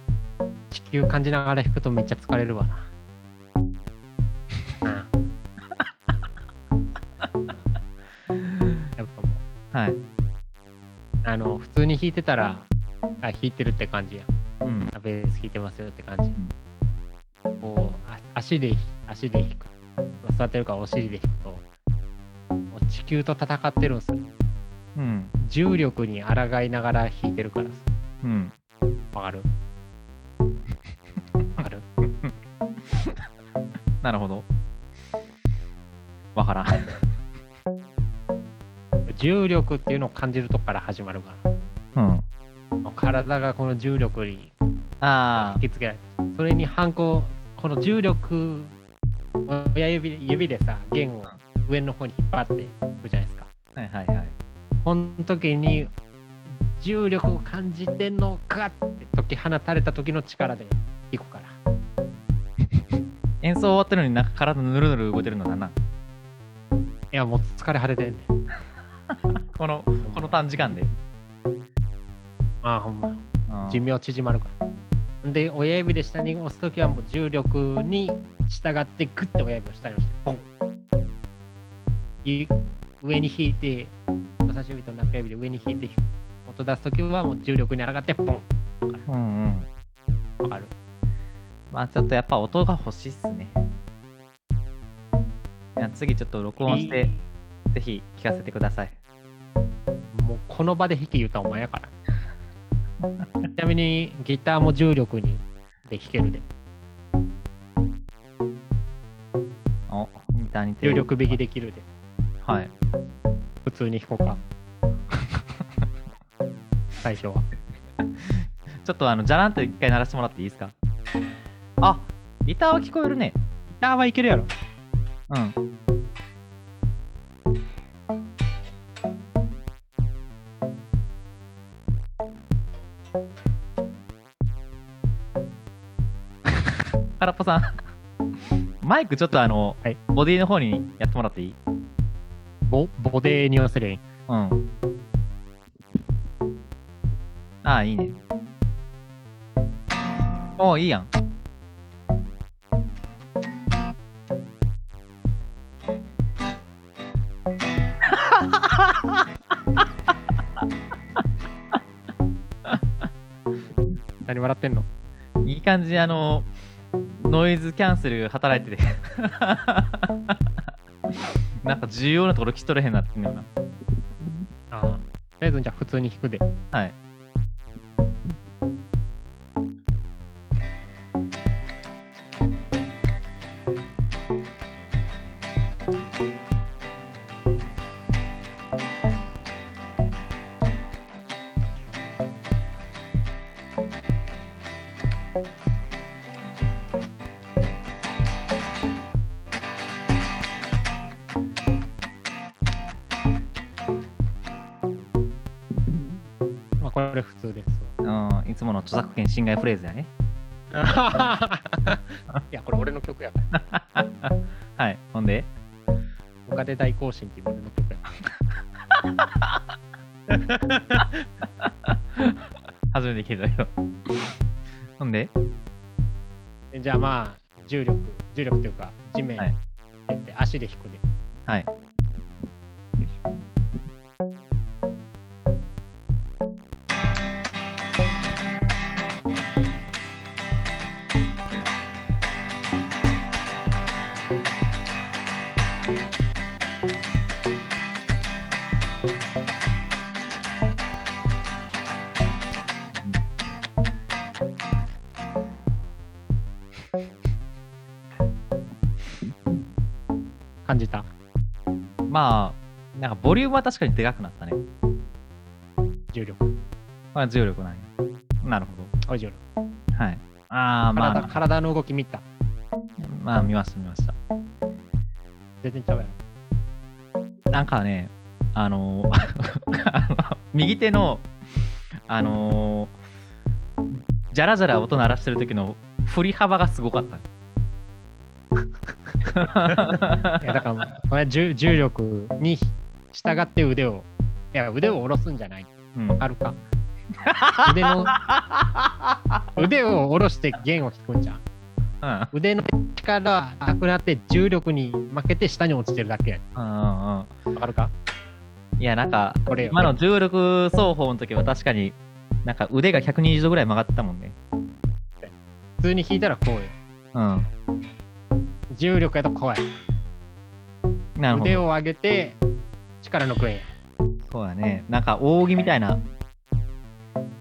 地球感じながら弾くとめっちゃ疲れるわ な。うんやっぱもう、はい。あの、普通に弾いてたら、あ、弾いてるって感じや。うん。あベース弾いてますよって感じ。こう、あ足で、足で弾く。座ってるからお尻で弾くと、もう地球と戦ってるんですよ。うん。重力に抗いながら弾いてるからさ。うん。わ かるわかるなるほど。わからん。重力っていうのを感じるとこから始まるから。うん。体がこの重力にあ引きつけられてそれに反抗この重力親指指でさ弦を上の方に引っ張っていくじゃないですかあ。はいはいはい。この時に重力を感じてんのかって解き放たれた時の力でいくから演奏終わってるのになんか体ぬるぬる動いてるのだな。いやもう疲れ果ててんねんこの、この短時間で。ああほんまうん寿命縮まるからで親指で下に押す時はもう重力に従ってグッて親指を下に押してポンい上に引いて人差し指と中指で上に引いて音出す時はもう重力に抗ってポンうんうん。わかるまあちょっとやっぱ音が欲しいっすね。じゃあ次ちょっと録音して、ぜひ聞かせてください。もうこの場で弾け言うたらお前やから ちなみにギターも重力にで弾けるでお、ギターに手を重力弾きできるではい。普通に弾こうか 最初はちょっとあの、じゃらんと一回鳴らしてもらっていいです かあギターは聞こえるね。ギターはいけるやろ うん。空っぽさん、マイクちょっとあの、はいボディの方にやってもらっていいボボデーに寄せりゃいいうん。ああ、いいね。おお、いいやん。何笑ってんのいい感じにあのノイズキャンセル働いてて なんか重要なところ聞き取れへんなってんのよなああとりあえずじゃあ普通に弾くではいまあこれ普 通ですうんいつもの著作権侵害フレーズやねわいやこれ俺の曲やからはいほんで他で大行進っていう俺の曲やから初めて聞いたけど ほんでえじゃあまあ重力重力というか地面はい蹴って足で弾くではい感じた。まあ、なんかボリュームは確かにでかくなったね。重力。まあ、重力なんや。なるほあ重力ど。はい。ああ、ま体。あ、体の動き見た。まあ、見ました、見ました。全然ちゃう やん。なんかね、あの ーあの右手の、あのーじゃらじゃら音鳴らしてる時の振り幅がすごか った。いやだから、これ重重力に従って腕を、いや、腕を下ろすんじゃない。うん、あるか。腕 の、腕を下ろして弦を弾くんじゃん。うん腕の力はなくなって重力に負けて下に落ちてるだけやん。うんうんわかるかうんいや、なんか、これよ今の重力走法の時は確かに、なんか腕が120度ぐらい曲がってたもんね。普通に弾いたらこうよ。うん。重力やと怖い。なるほ腕ど。を上げて力のクエそうだね。なんか扇みたいな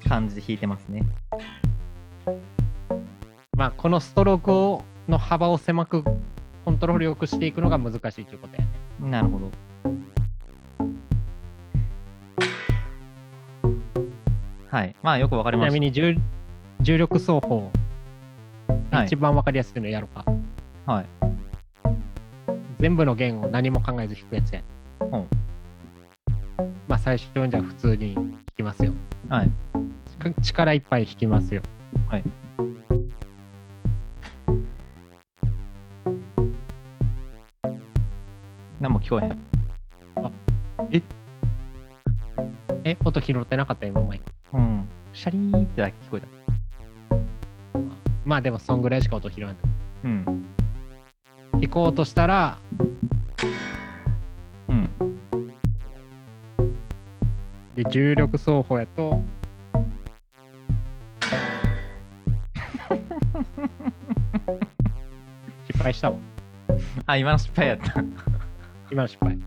感じで弾いてますね。まあ、このストロークをの幅を狭くコントロールよくしていくのが難しいということやね。なるほど。はい。まあ、よくわかりちまなしみに重重力走法、た。はい一。番わかりやすいのやろうか。はい。全部の弦を何も考えず弾くやつや。んまあ最初にじゃあ普通に弾きますよ。はい。か力いっぱい弾きますよ。はい。何も聞こえへん。え、音拾ってなかった今前。うん。シャリーンってだけ聞こえた。まあでもそんぐらいしか音拾わない。うん。弾こうとしたら、うん。で重力奏法や と。失敗したもん。あ、今の失敗やった。 今の失敗。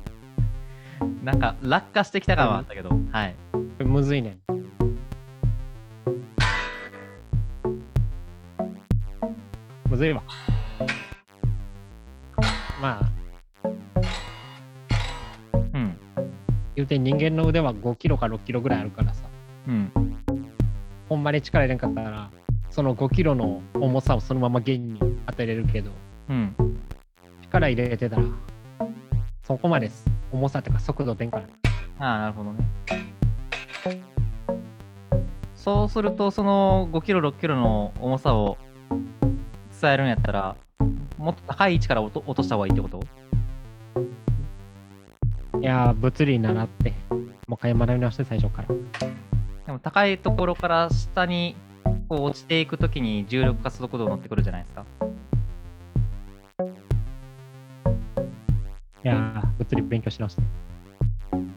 こなんか、落下してきた感はあったけど。はい。れむずいねん。むずいわ。まあ、うん。言うて人間の腕は5キロか6キロぐらいあるからさ。うん。ほんまに力入れんかったら、その5キロの重さをそのまま弦に当てれるけど、うん。力入れてたら、そこまで重さとか速度出んから。ああ、なるほどね。そうすると、その5キロ、6キロの重さを伝えるんやったら、もっと高い位置から落と落とした方がいいってこといやー、物理習って、もう一回学び直して最初から。でも高いところから下にこう落ちていくときに重力加速度乗ってくるじゃないですか。いやー、物理勉強し直して。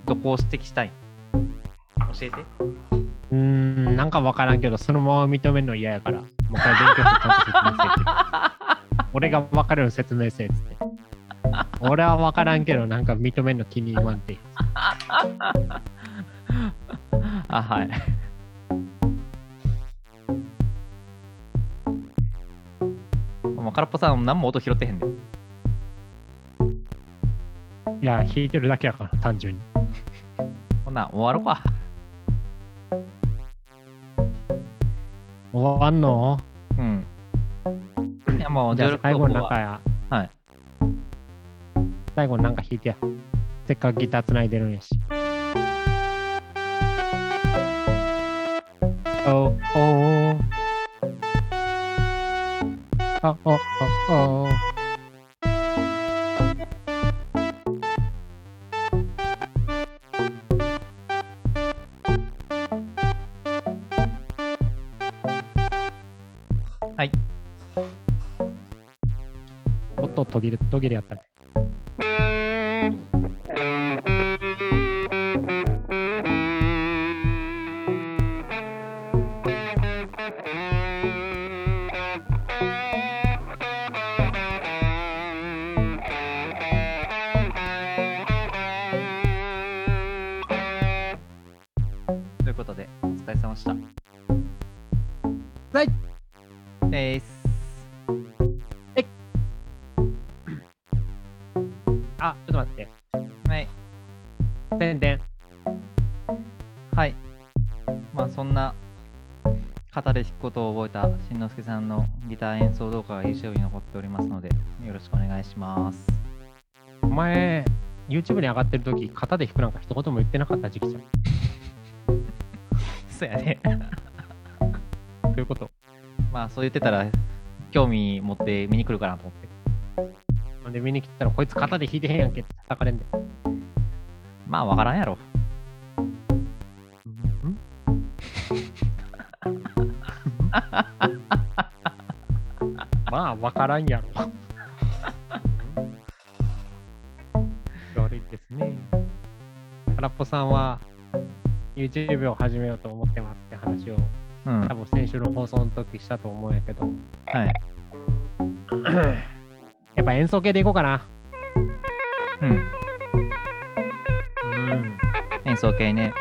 どこを指摘したい教えて。うーん、なんかわからんけど、そのまま認めるの嫌やから、もう一回勉強してちゃんと説明せえって言う。俺が分かるように説明せえっつって。俺は分からんけど、なんか認めんの気に入らんって。あ、はい。もう空っぽさん何も音拾ってへんで。いやー、弾いてるだけやから、単純に。ほな、終わろうか。終わんのうん。いやもうじゃ重あ力最投後法になんはかや。はい。最後になんか弾いてや。せっかくギター繋いでるんやし。おおおあおおおはい。音途切れ途切れやったね。ということで、お疲れ様でした。はい。です。ああ、ちょっと待って。はい。宣伝。はい。まあそんな型で弾くことを覚えたしんのすけさんのギター演奏動画が YouTube に残っておりますのでよろしくお願いします。お前、YouTube に上がってる時、肩で弾くなんか一言も言ってなかった時期じゃん。 そうやね。どういうこと まあそう言ってたら興味持って見に来るかなと思って。なんで見に来たら、こいつ肩で弾いてへんやんけって叩かれんだよ。まあわからんやろ。ん まあ、わからんやろ。 悪いですね。空っぽさんは YouTube を始めようと思ってますって話を、うん。多分先週の放送の時したと思うんやけ ど、はい。やっぱ演奏系でいこうかな。うん。うん。演奏系ね。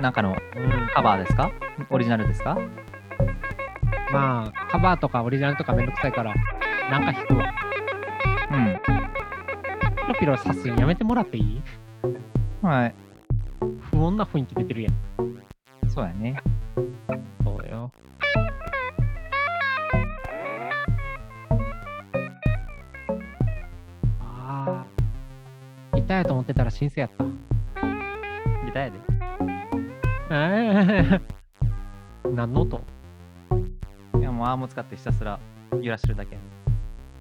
なんかのうん、カバーですかオリジナルですかまあ、カバーとかオリジナルとかめんどくさいから、なんか弾くわ。うん。ピロピロさすんやめてもらっていいはい。不穏な雰囲気出てるやん。そうやね。そうよ。ああ。いたやと思ってたら新鮮やった。ギターやで。ええ。 何の音いやもうアーム使ってひたすら揺らしてるだけ。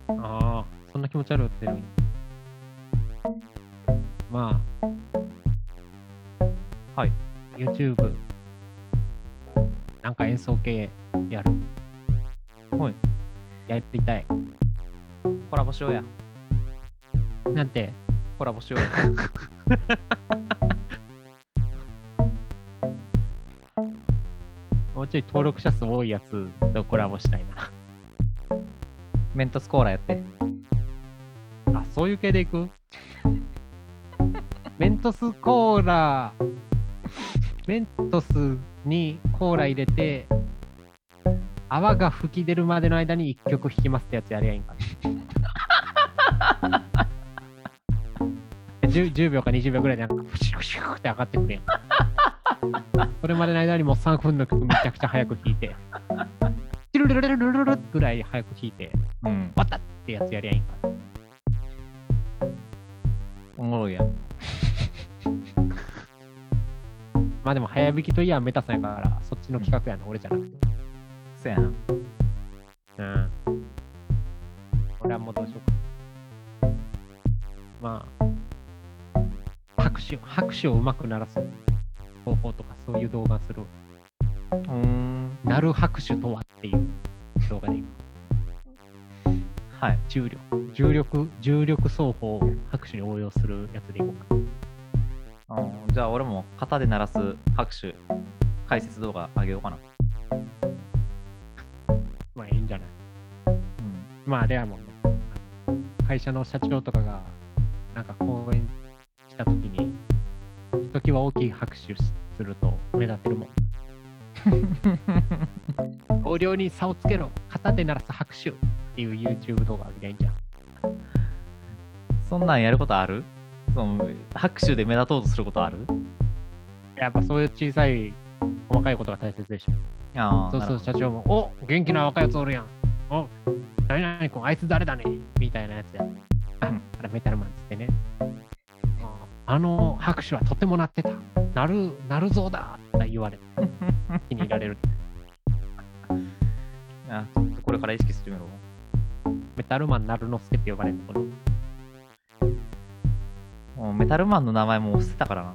ああ、そんな気持ち悪いってるんやまあ。はい。 YouTube。なんか演奏系やる。はい。やっていたい。コラボしようや。なんて、コラボしようや。 もうちょい登録者数多いやつとコラボしたいな。メントスコーラやって。あ、そういう系でいくメントスコーラ。メントスにコーラ入れて、泡が吹き出るまでの間に1曲弾きますってやつやりゃいいんかな。10, 10秒か20秒ぐらいでなんかフシュフシュって上がってくれん。それまでの間にもう3分の曲めちゃくちゃ早く弾いて、チルルルルルルルぐらい早く弾いて、うん。バタッってやつやりゃいいんかな。おもろいやん。まあでも早弾きといやメタさんやから、そっちの企画やな、俺じゃなくて。そうやな。うん。俺はもうどうしようか。まあ、拍手、拍手をうまく鳴らす方法とか、そういう動画する。うーん。鳴る拍手とはっていう動画でいく。はい。重力、重力、重力奏法を拍手に応用するやつでいこうか。あーじゃあ俺も型で鳴らす拍手、解説動画あげようかな。まあいいんじゃないうん。まああれやもんね。会社の社長とかが、なんか講演したときに、ひときわ大きい拍手すると目立ってるもん。同僚に差をつけろ、片手鳴らす拍手っていう YouTube 動画あげりゃいいんじゃん。そんなんやることあるその拍手で目立とうとすることあるやっぱそういう小さい、細かいことが大切でしょ。ああ。そうそう、なる社長も、お元気な若いやつおるやん。お何々君、あいつ誰だねみたいなやつや。あうんあれメタルマンっつってね。あの拍手はとても鳴ってた。なる、なるぞだって言わ れて、ほど気に入られる。あちょっとこれから意識してみろ。メタルマンなるのすけって呼ばれるところ。もうメタルマンの名前もう捨てたからな。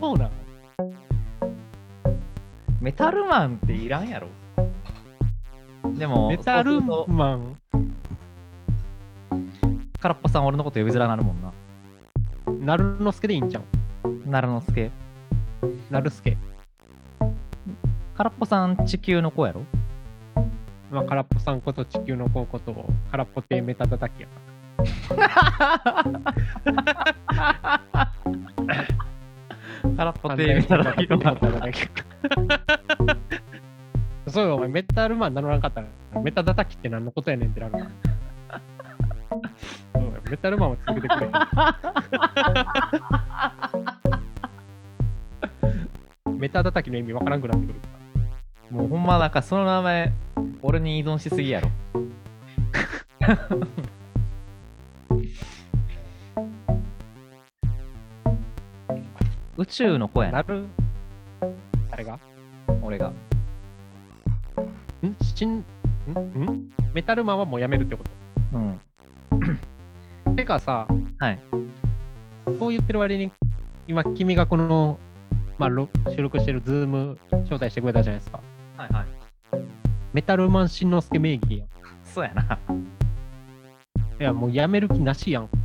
そうなのメタルマンっていらんやろ。でも、メタルそうするマンと空っぽさん俺のこと呼びづらなるもんな。なるのすけでいいんじゃん。なるのすけ。なるすけ。空っぽさん地球の子 やろまあ、空っぽさんこと地球の子こと空っぽ亭メタ叩きやから。空っぽ反て対みたらメタ叩きメタ叩きそうよ、お前メタルマン名乗らんかったら、メタ叩きって何のことやねんってなるから。そうよメタルマンを続けてくれ。メタ叩きの意味わからんくなってくるから。もうほんまなんかその名前、俺に依存しすぎやろ。宇宙の子やな、なる誰が俺が。んしんんんメタルマンはもうやめるってこうん。とてかさ、はい。そう言ってる割に、今君がこの、まあ、ろ収録してるズーム招待してくれたじゃないですか。はいはい。メタルマンしんのすけ名義やん。そうやな。いや、もうやめる気なしやんって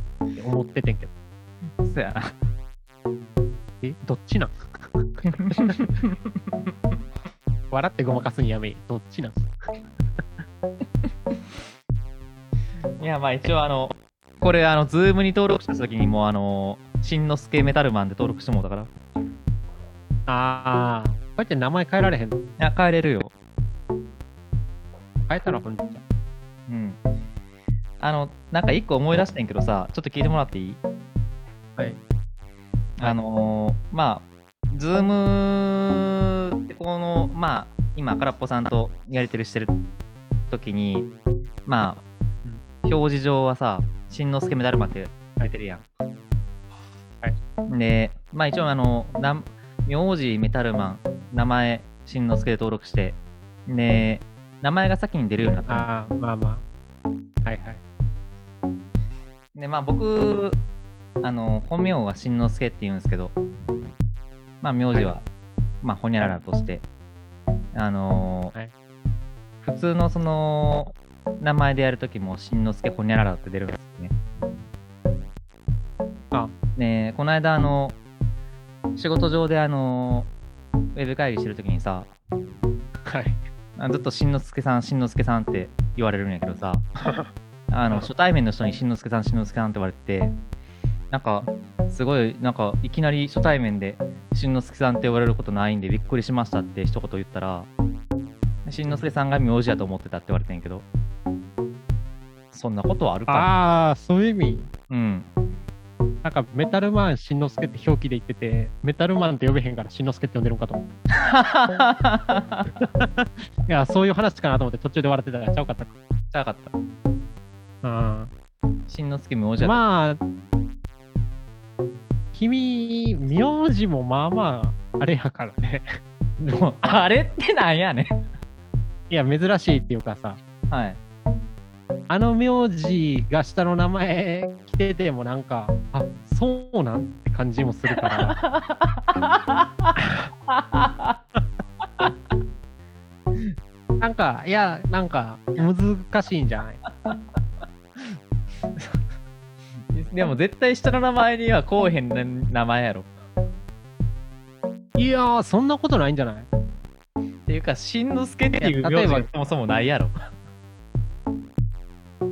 思っててんけど。そうや な。え、どっちなん 笑ってごまかすんやめえ。どっちなんいや、まあ一応あの、これあの、ズームに登録した時にもうあの、しんのすけメタルマンで登録してもうたから。いああ、こうやって名前変えられへんのや、帰れるよ。変えたらほんじゃ。うん。あの、なんか一個思い出してんけどさ、ちょっと聞いてもらっていいはい。あのーまあ、ズームってこの、まあ、今、空っぽさんとやりとりしてる時に、まあ、表示上はさ、しんのすけメダルマって書いてるやん。はい。で、まあ一応、あの、な名字メタルマン、名前、しんのすけで登録して、で、名前が先に出るようになったの。ああ、まあまあ。はいはい。で、まあ僕、あの、本名はしんのすけって言うんですけど、まあ名字は、まあほにゃららとして、あのーはい普通のその、名前でやるときも、しんのすけほにゃららって出るんですよね。あねこの間、あの、仕事上であの、ウェブ会議してるときにさ、はい。あずっとしんのすけさん、しんのすけさんって言われるんやけどさ、 あの初対面の人にしんのすけさん、しんのすけさんって言われて、なんか、すごい、なんか、いきなり初対面で、しんのすけさんって言われることないんで、びっくりしましたって一言言ったら、しんのすけさんが名字やと思ってたって言われてんやけど、そんなことはあるかああ、そういう意味。うん。 なんかメタルマンしんのすけって表記で言ってて、メタルマンって呼べへんからしんのすけって呼んでるんかと思う。いや、そういう話かなと思って途中で笑ってたからちゃうかったか。じゃなかった。うん。しんのすけ名字やと、まあ、君、名字もまあまあ、あれやからね。 でもあ れってなんやねん。いや、珍しいっていうかさ、はい。あの名字が下の名前来ててもなんか、あそうなんって感じもするから、 なんか、いや、なんか、難しいんじゃないでも絶対下の名前にはこうへんな名前やろ。いやー、そんなことないんじゃないっていうか、しんのすけっていういや名例え字ばがそもそもないやろ。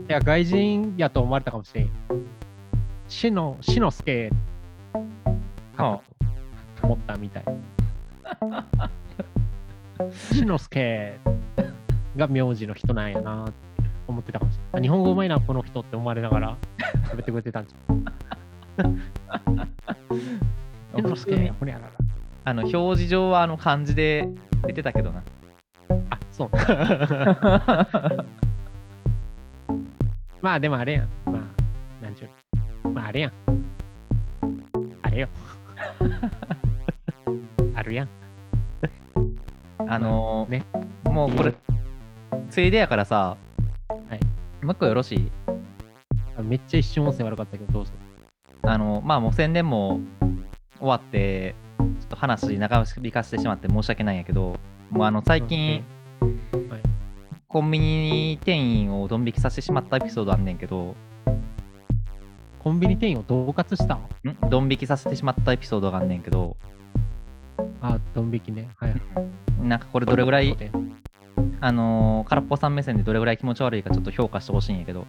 いや、外人やと思われたかもしれん。しの、しのすけ、は思ったみたい。しのすけが名字の人なんやなって思ってたかもしれない。あ日本語うまいな、この人って思われながら喋ってくれてたんじゃん。しのすけ、ほにゃらら。あの表示上はあの漢字で出てたけどな。あ、そう。まあでもあれやん。まあ、なんちゅう。まああれやん。あれよ。あるやん。あのーねもうこれ、ついでやからさ、はいもう一個よろしいあめっちゃ一瞬音声悪かったけど、どうぞ。あのまあもう宣伝も終わって、ちょっと話長引かせてしまって申し訳ないんやけど、もうあの最近、はいコンビニ店員をドン引きさせてしまったエピソードあんねんけど、コンビニ店員を恫喝したのんドン引きさせてしまったエピソードがあんねんけど、あ、ドン引きね。はい。なんかこれどれぐらいであのー、空っぽさん目線でどれぐらい気持ち悪いかちょっと評価してほしいんやけど、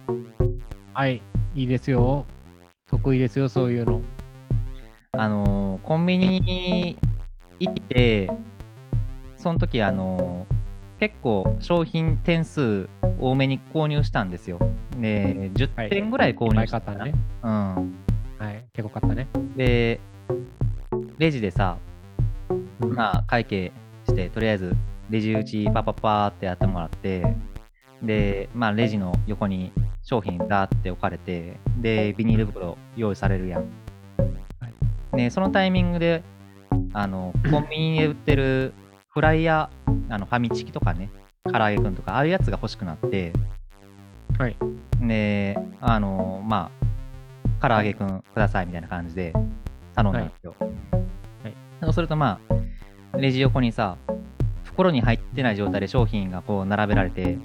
はい、いいですよ。得意ですよ、そういうの。あのー、コンビニに行って、その時あのー、結構商品点数多めに購入したんですよ。で、は10い点ぐらい購入前した買ったかな、ね。うん。はい。結構買ったね。で、レジでさ、うんまあ、会計して、とりあえずレジ打ちパパパーってやってもらって、で、まあ、レジの横に商品だーって置かれて、で、ビニール袋用意されるやん。ね、そのタイミングで、あの、コンビニで売ってるフライやあのファミチキとかね、唐揚げくんとか、ああいうやつが欲しくなって、はい。で、あの、まあ、唐揚げくんくださいみたいな感じで頼んだんですよ。はいそうすると、まあ、レジ横にさ、袋に入ってない状態で商品がこう並べられて、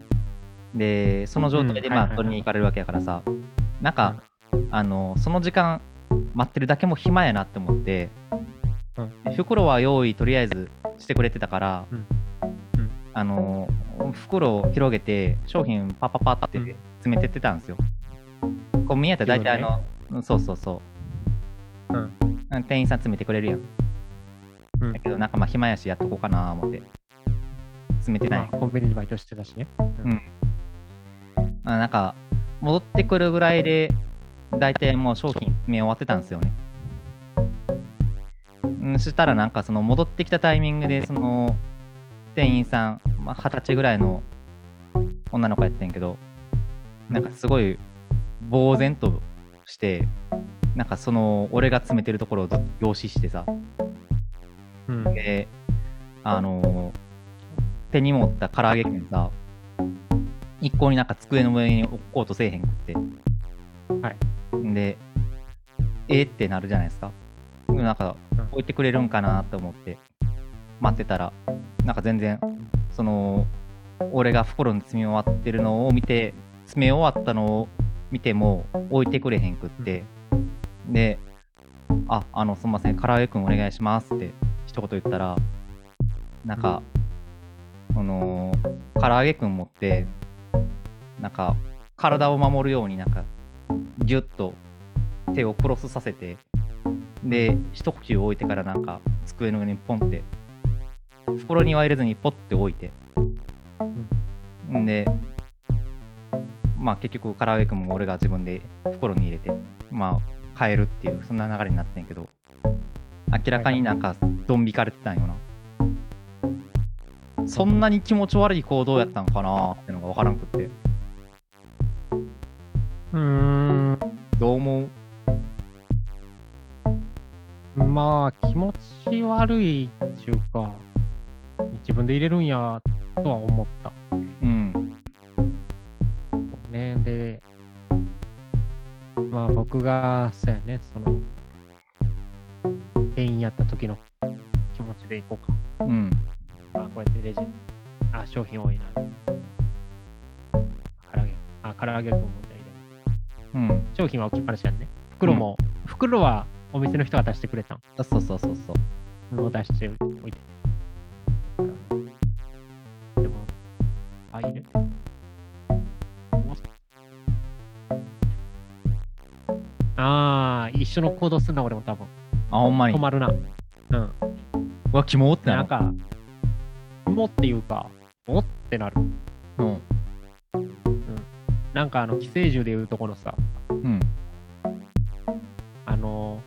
で、その状態でうんまはあ、いはいはい取りに行かれるわけやからさ、なんか、あの、その時間、待ってるだけも暇やなって思って、袋は用意とりあえずしてくれてたから、うんうんあの袋を広げて商品パパパってうん詰めてってたんですよ。こう見えたら大体あ袋の、うんそうそうそう、うんうん店員さん詰めてくれるやん。うんだけどなんかまあ暇やしやっとこうかな思って詰めてなまいあ、コンビニでバイトしてたしね。あなんか戻ってくるぐらいで大体もう商品詰め終わってたんですよね。うんそしたらなんかその戻ってきたタイミングでその店員さんまあ二十、歳ぐらいの女の子やってんけどなんかすごい呆然としてなんかその俺が詰めてるところをずっと凝視してさうん。であの手に持った唐揚げ券さ一向になんか机の上に置こうとせえへんくってはいでえーってなるじゃないですかなんかうん置いてくれるんかなと思って待ってたらなんか全然その俺が袋に詰め終わってるのを見て詰め終わったのを見ても置いてくれへんくって、で「ああのすんません唐揚げくんお願いします」って一言言ったらなんか、あのー唐揚げくん持ってなんか体を守るようになんかギュッと手をクロスさせてで一呼吸置いてからなんか机の上にポンって袋には入れずにポッて置いて、ん、でまあ結局唐揚げくんも俺が自分で袋に入れてまあ買えるっていうそんな流れになってんけど明らかになんかドン引かれてたんよなそんなに気持ち悪い行動やったんかなってのが分からんくってうーん。どう思うまあ気持ち悪いっていうか自分で入れるんやとは思ったうんねでまあ僕がそうやねその店員やった時の気持ちでいこうか、うんまあ、こうやってレジあ商品多いな唐揚げあ唐揚げくんもじゃあ入れるうん商品は置きっぱなしやんね袋も、袋はお店の人が出してくれたんあそうそうそうそうを出しておいて。でも、あ、いるああ、一緒の行動するな、俺も多分。あほんまに止うまるな。うん。わキモってななんるか、もっていうか、もってなる。うんなんか、あの、寄生獣でいうとこのさ、うんあの、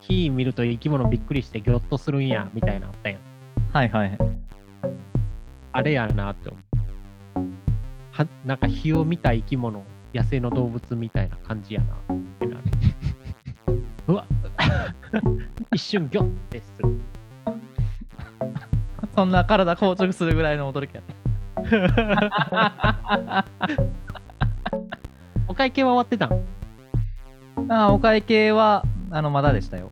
木見ると生き物びっくりしてギョッとするんや、みたいなのあったやん。はいはいあれやなって思う。はなんか日を見た生き物、野生の動物みたいな感じやなってな る。うわ一瞬ギョッてする。そんな体硬直するぐらいの驚きやお会計は終わってたんあお会計はあのまだでしたよ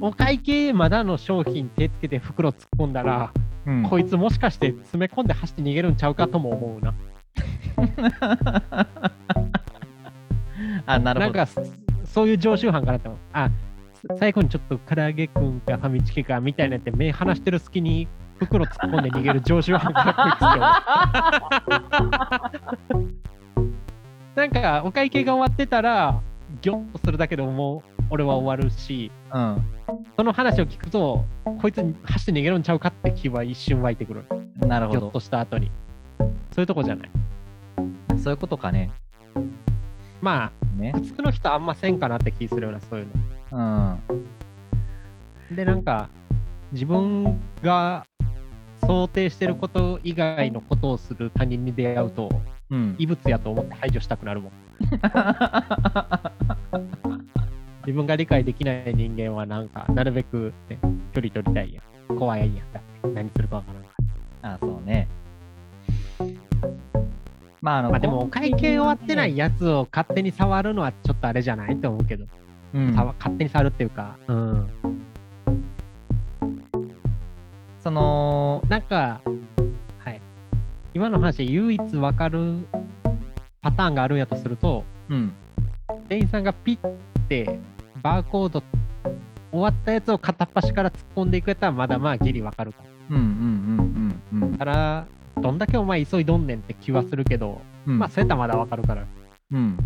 お会計まだの商品手つけて袋突っ込んだら、うんこいつもしかして詰め込んで走って逃げるんちゃうかとも思うな。 あなるなほんどかそういう常習犯かなって思う。あ最後にちょっと唐揚げくんかファミチキかみたいなやって目離してる隙に袋突っ込んで逃げる常習犯かこいつって思う。なんかお会計が終わってたらギョッとするだけでももう俺は終わるしうんその話を聞くとこいつ走って逃げるんちゃうかって気は一瞬湧いてくるなるぎほょっどと。した後にそういうとこじゃないそういうことかね。まねあ。普通の人あんませんかなって気するようなそういうのうん。でなんか自分が想定してること以外のことをする他人に出会うとうん。異物やと思って排除したくなる もん自分が理解できない人間はなんかなるべく、ね、距離取りたいやん怖いやんだって何するかわからんからあ、そうね。まあ、あの、まあでもお会計終わってないやつを勝手に触るのはちょっとあれじゃないと思うけど、うん、触勝手に触るっていうかうんその、なんか、はい、今の話、唯一わかるパターンがあるんやとすると、うん。店員さんがピッて、バーコード、終わったやつを片っ端から突っ込んでいくやったら、まだまあギリわかるかうんうんうんうんうら。んだから、どんだけお前急いどんねんって気はするけど、うん。まあ、そうやったらまだわかるから。うん。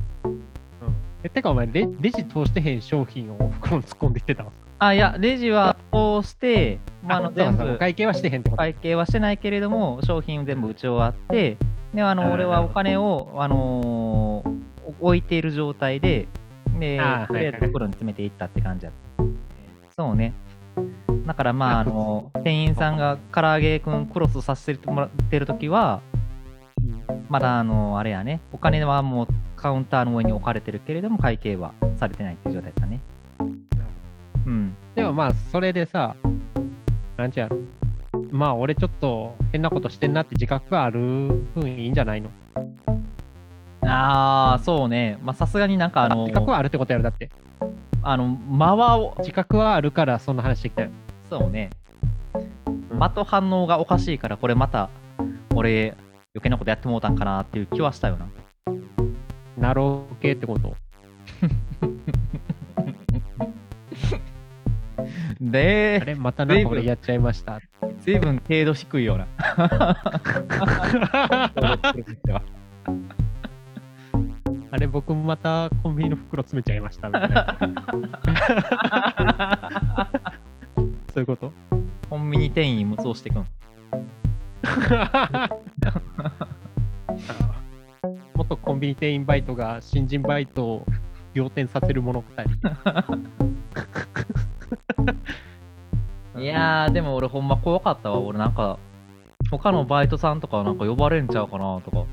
えてか、お前レ、レジ通してへん商品をお袋に突っ込んでいってたわ。あ、いや、レジはこうして、まあ、あその、うか全そうかお部、会計はしてへんってこと。会計はしてないけれども、商品を全部打ち終わって、で、ああーの、俺はお金を、あのー置いている状態で、であー、とりあはいはえずいはい袋に詰めていったって感じだった。そうね。だからまあ、あの、店員さんが唐揚げくんクロスさせてもらってるときは、まだあのあれやね、お金はもうカウンターの上に置かれてるけれども、会計はされてないっていう状態だね。うん。でもまあそれでさなんちゃうまあ俺ちょっと変なことしてんなって自覚がある分いいんじゃないのああ、そうね。まあ、さすがになんかあの自、覚はあるってことやろだってあの、間を、自覚はあるからそんな話してきたよそうね。間と反応がおかしいから、これまた、俺、余計なことやってもうたんかなっていう気はしたよな。なろう系ってことあで、れまたなんか随俺分やっちゃいましたずいぶん程度低いような。あれ僕またコンビニの袋詰めちゃいましたみたいなそういうことコンビニ店員無双してくん。元コンビニ店員バイトが新人バイトを仰転させる物語いやー、でも俺ほんま怖かったわ。俺なんか、他のバイトさんとかなんか呼ばれんちゃうかなとか。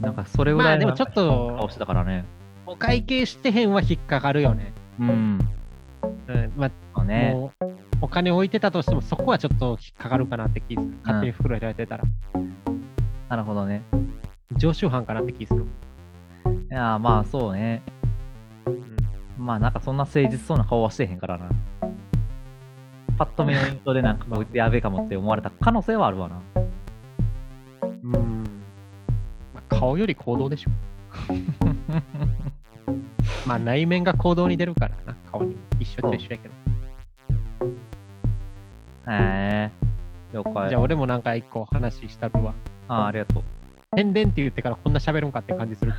なんかそれぐまらあいでのもちょっ顔としてたからね。お会計してへんは引っかかるよね。うん。うん、まそあ、うね。もうお金置いてたとしてもそこはちょっと引っかかるかなって気する。勝手に袋開いてたら、なるほどね。常習犯かなって気する。いやー、まあそうね。うん、まあなんかそんな誠実そうな顔はしてへんからな。パッと目の印象でなんかこいつやべえかもって思われた可能性はあるわな。うんまあ、顔より行動でしょ。 まあ内面が行動に出るからな、顔にも。一緒と一緒やけど。へえ。了解。じゃあ俺もなんか一個話したるわ。ああ、ありがとう。宣伝って言ってからこんな喋るんかって感じする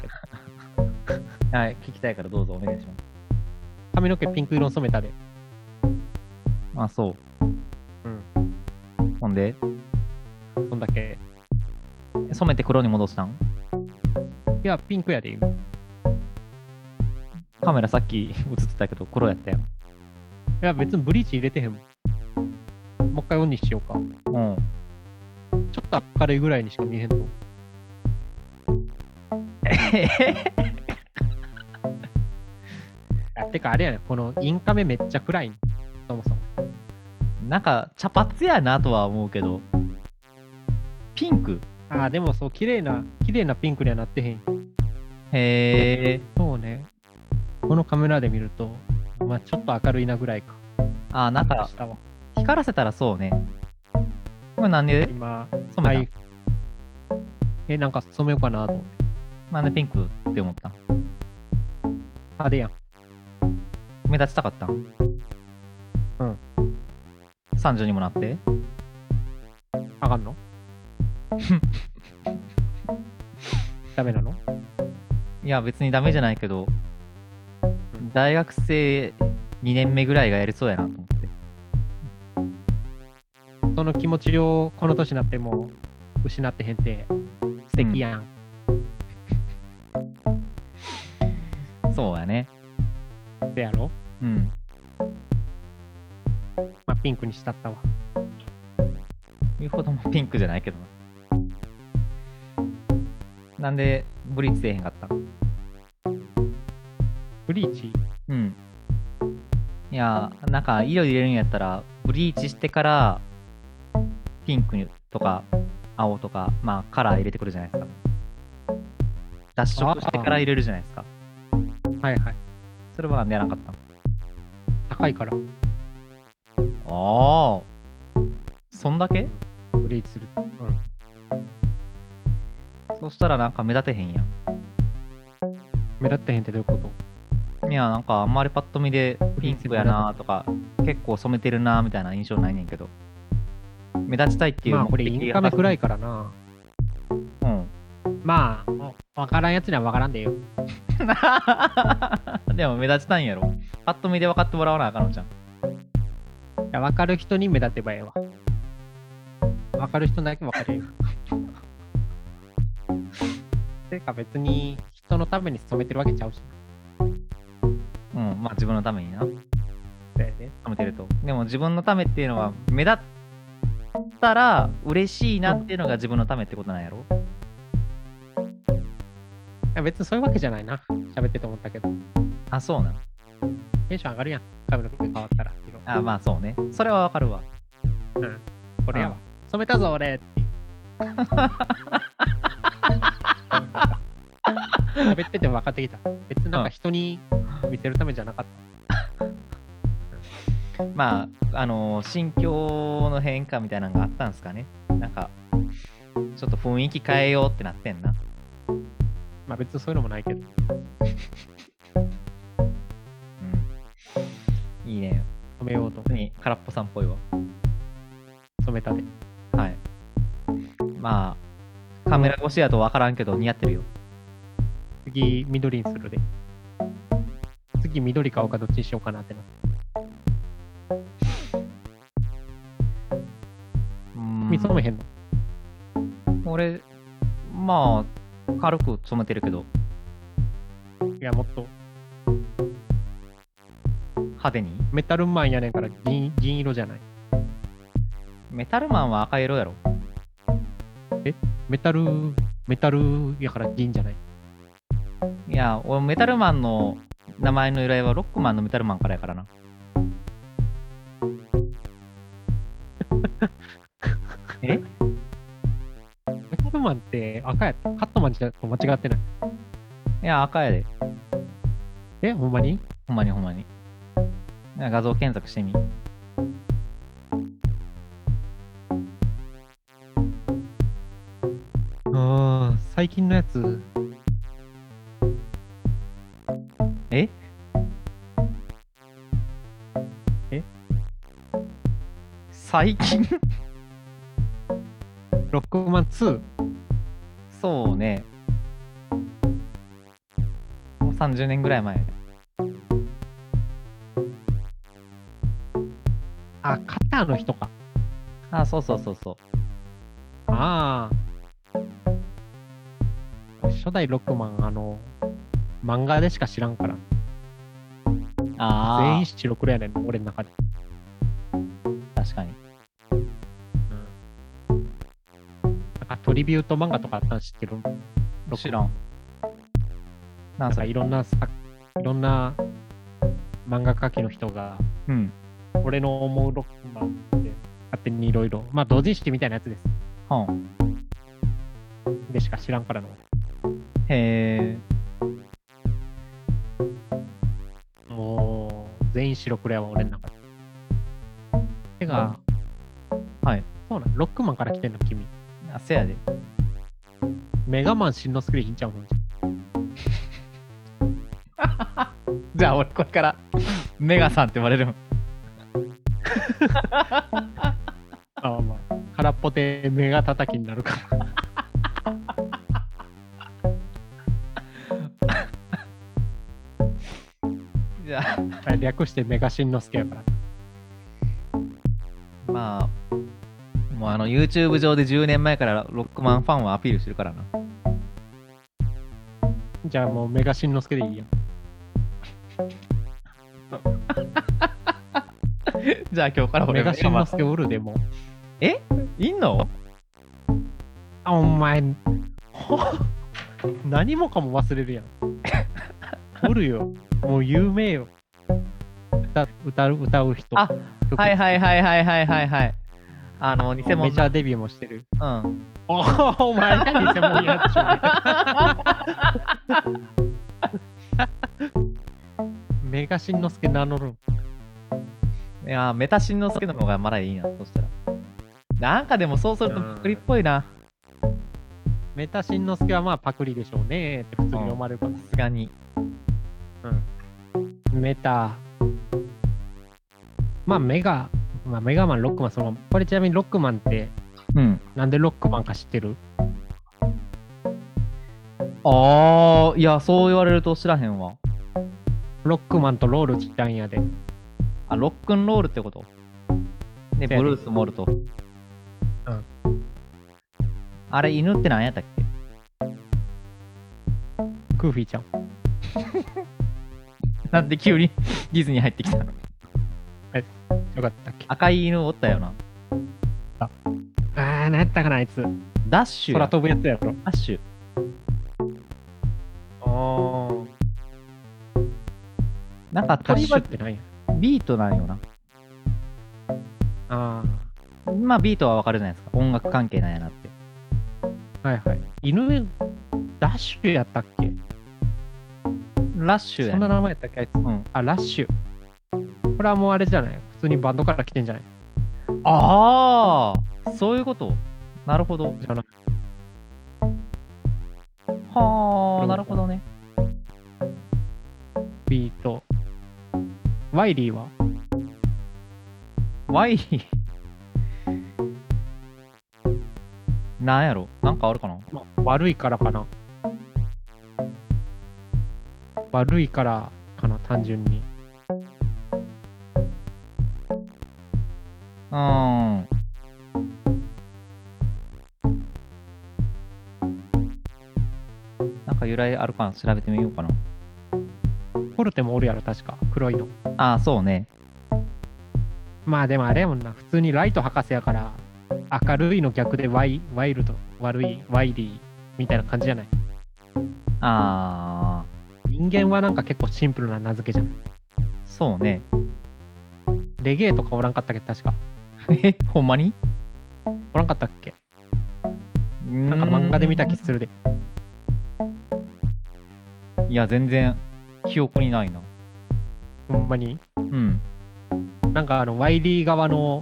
けど。はい、聞きたいからどうぞお願いします。髪の毛ピンク色に染めたで。あ、そう。うん。ほんでそんだけ。染めて黒に戻したんいや、ピンクやで今。いカメラさっき映ってたけど黒やったよ。や、別にブリーチ入れてへんもん。もう一回オンにしようか。うん。 ちょっと明るいぐらいにしか見えへんの。あてかあれやねこのインカメめっちゃ暗いのそもそも。なんか茶髪やなとは思うけど。ピンクああ、でもそう、綺麗な、綺麗なピンクにはなってへん。へえ。そうね。このカメラで見ると、まあちょっと明るいなぐらいか。あ、なんか下は光らせたらそうね。これなんで今、染めた、はいえ、なんか染めようかなと思って。なんでピンクって思ったん派手やん。目立ちたかったんうん。 30にもなってあかんの ダメなのいや別にダメじゃないけど、大学生2年目ぐらいがやりそうやなと思って。その気持ちをこの年になっても失ってへんって素敵やん、そうやね。でやろ、うん。まあ、ピンクにしたったわ言うほどもピンクじゃないけどな。なんでブリーチせえへんかったブリーチうん。いや、なんか色入れるんやったら、ブリーチしてから、ピンクとか青とか、まあカラー入れてくるじゃないですか。脱色してから入れるじゃないですか。はいはいそれはなんでやらなかったの高いからああ。そんだけブリーチすると、そしたらなんか目立てへんや目立ってへんってどういうことん。いや、なんかあんまりパッと見でピンクやなとか、結構染めてるなみたいな印象ないねんけど。目立ちたいっていうまあ目これ的インがカメ暗いからなうん。まあ分からんやつには分からんでよ でも目立ちたいんやろ。パッと見で分かってもらわなあかんのじゃん。いや分かる人に目立てばええわ分かる人だけ分かれよ てか別に人のために勤めてるわけちゃうしうん、まあ自分のためにな。止だよねめてると。でも自分のためっていうのは、目立ったら嬉しいなっていうのが自分のためってことなんやろ。いや別にそういうわけじゃないな喋ってて思ったけどあ、そうなん。テンション上がるやん髪の毛変わったら色あ、まあそうね。それはわかるわ。これやわ染めたぞ俺 っていう喋ってても分かってきた別になんか人に見せるためじゃなかっまあ、あのー心境の変化みたいなのがあったんですかね。なんか、ちょっと雰囲気変えようってなってんな。たまあ別にそういうのもないけどうん。いいね。染めようと本当に空っぽさんっぽいわ。染めたではい。まあ、カメラ越しやとわからんけど似合ってるよ。次緑にするで次緑買おうかどっちにしようかなってなうーん見染めへんの俺、まあ、軽く染めてるけど、いやもっと派手に。メタルマンやねんから銀銀色じゃないメタルマンは赤色やろ。メタルメタルやから銀じゃないいや、俺、メタルマンの名前の由来はロックマンのメタルマンからやからな。えメタルマンって赤やったカットマンじゃと間違ってないいや、赤やで。えほんまにほんまにほんまに。いや画像検索してみ。ああ最近のやつええ最近 ロックマン2そうね。もう30年ぐらい前。あカッターの人かあ、そうそうそうそう。ああ初代ロックマンあの漫画でしか知らんからあ全員白黒やねん俺の中で確かに。なんかトリビュート漫画とかあったん知ってる知らん。ななんんそかれ。いろんなさいろんな漫画家きの人がうん。俺の思うロックマンって勝手にいろいろまあ同人誌みたいなやつですほん。でしか知らんからのへえ。もう全員白黒やわ俺の中でてかはいそうなんロックマンから来てんの君あ、せやで。メガマンしんのすけで引いちゃうもんじゃあ俺これから、メガさんって言われるもん。あまあ空っぽでメガ叩きになるからじゃあ。略してメガしんのすけやからまあ、の YouTube 上で10年前からロックマンファンはアピールしてるからな。じゃあもうメガしんのすけでいいや。じゃあ今日からメ俺ガがしんのすけおるでもう。いんのあ、お前、 ほ何もかも忘れるやん。おるよ。もう有名よ。歌歌う歌う人。あ曲はいはいはいはいはいはいはい。あの、偽物メジャーデビューもしてる。だ。うん。お お、お前、何偽物やっちゃう。メガしんのすけ名乗るん。いやー、メタシンの助の方がまだいいな、そしたら。なんかでもそうするとパクリっぽいな、メタしんのすけはまあパクリでしょうねって普通に読まれるから。さすがに。メタ。まあメガ、まあ、メガマン、ロックマン、そのこれちなみにロックマンってうん。なんでロックマンか知ってるあー、いや、そう言われると知らへんわ。ロックマンとロール知ったんやで。あ、ロックンロールってことね、そうやねブルース・モルト。んあれ、犬って何やったっけクーフィーちゃん。 なんで急に ディズニー入ってきたのよかったっけ赤い犬おったよな。あー、なんやったかな、あいつ。ダッシュ空や。飛ぶやつやろ。ダッシュ。あなんかあ。タダッッシシュュっっててなんや。ビートなんよな。あまあビートはわかるじゃないですか。音楽関係なんやなって。あ。はいはい。犬、ダッシュやったっけラッシュやそんねな名前やったっけあいつ。うん。あ、ラッシュ。これはもうあれじゃない普通にバンドから来てんじゃないああそういうこと。なるほど。じゃあなはあ、なるほどね。ビート。ワイリーはワイ リー。なんやろなんかあるかなまあ、悪いからかな。悪いからかな、単純に。うーん。なんか由来あるかな調べてみようかな。ポルテもおるやろ、確か。黒いの。ああ、そうね。まあでもあれやもんな、普通にライト博士やから、明るいの逆でワイワイルド、悪い、ワイリーみたいな感じじゃない。あ人間はなんか結構シンプルな名付けじゃん。あ、そうね。 レゲエとかおらんかったっけど、確か。え、ほんまにおらんかったっけななんか漫画で見た気するで。いや、全然記憶にないな。ほんまに。うん。なんかあの、ワイリー側の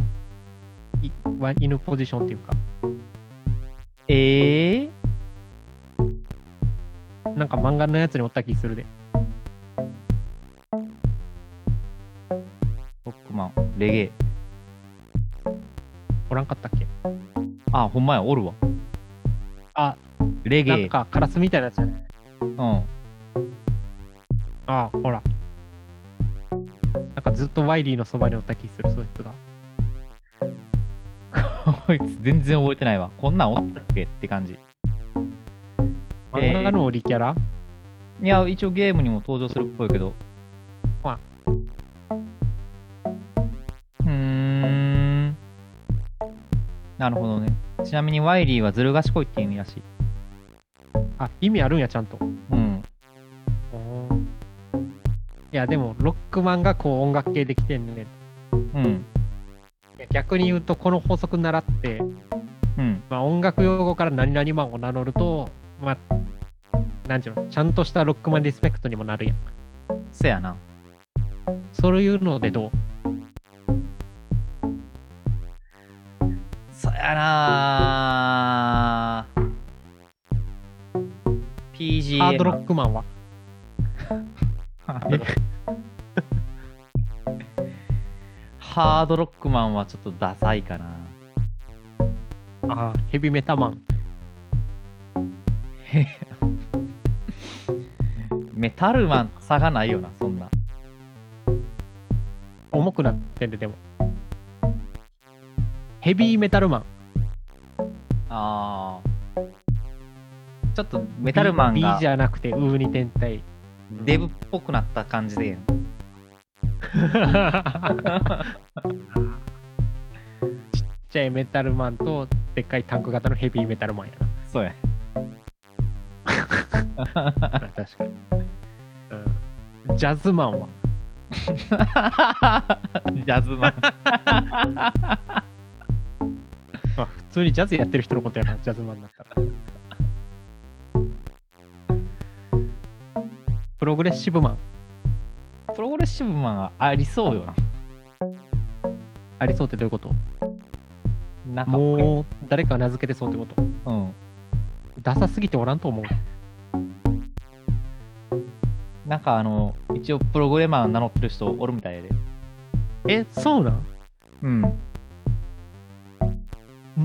いわ犬ポジションっていうか、ええなんか漫画のやつにおった気するで。ロックマン、レゲエ。おらんかったっけあ、ほんまや、おるわ。あ、レゲなエ。んかカラスみたいなやつじゃないうん。 ああ、ほら。なんかずっとワイリーのそばにおった気する、そいつが。こいつ全然覚えてないわ。こんなんおったっけって感じ。えー漫画のオリキャラ、いや、一応ゲームにも登場するっぽいけど。まあうーん。なるほどね。ちなみにワイリーはずる賢いって意味らしい。あ、意味あるんや、ちゃんと。うん。いや、でも、ロックマンがこう音楽系できてんねん。いうん。や逆に言うと、この法則習って、うん。まあ、音楽用語から何々マンを名乗ると、まあ、なんちゅうの、ちゃんとしたロックマンリスペクトにもなるやん。せやな。そういうのでどうそやなー PGA ハードロックマンは。ハードロックマンはちょっとダサいかなああ、ヘビメタマン。メタルマン差がないよなそんな重くなってるでも。ヘビーメタルマン。ああ。ちょっとメタルマン B, が B じゃなくて、ウーに天体。デ ブっぽくなった感じで、ちっちゃいメタルマンと、でっかいタンク型のヘビーメタルマンやそう や。 な。確かに。うんジャズマンはジャズマン。まあ、普通にジャズやってる人のことやから、ジャズマンだから。プログレッシブマン、プログレッシブマンがありそうよありそうってどういうことな。なんか、もう、誰かが名付けてそうってことうん。ダサすぎておらんと思う。なんかあの、一応プログレマー名乗ってる人おるみたいやで。え、そうなんうん。ん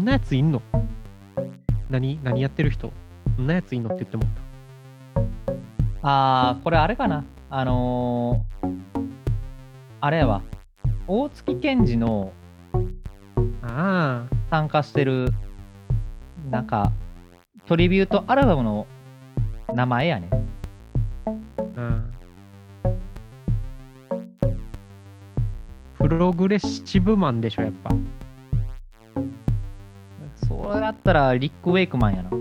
なやついんの何何やってる人んなやついんのって言ってもああ、これあれかな。あのーあれやわ。大月健二のああ参加してる、なんか、トリビュートアルバムの名前やね。うんプログレッシブマンでしょやっぱそうやったら、リック・ウェイクマンやな。と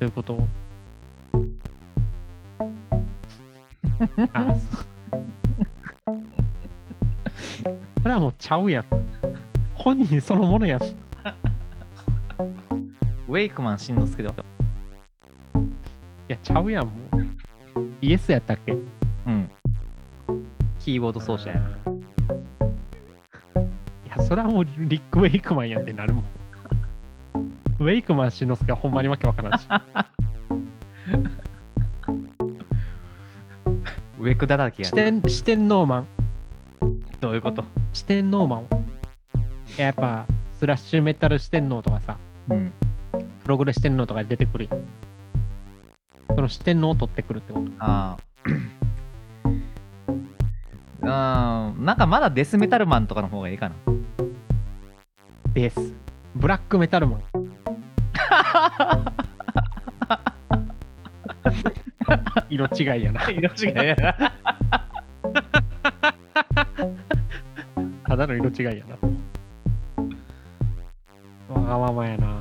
いうことをあそうそれはもうちゃうやん本人そのものやんウェイクマンしんのすけど。いやちゃうやんもうイエスやったっけうん。キーボード奏者やな。いや、それはもうリック・ウェイクマンやってなるもん。ウェイクマンしのすけはほんまにわけわからんし。ウェイクだらけや四ね。天四天王マン。どういうこと四天王マン。やっぱ、スラッシュメタル四天王とかさ、うん。プログレ四天王とか出てくるやん。その四天王を取ってくるってこと。ああ。うん。なんかまだデスメタルマンとかの方がいいかな。です。ブラックメタル マン。色違いやな。色違いやな。ただの色違いやな。わがままやな。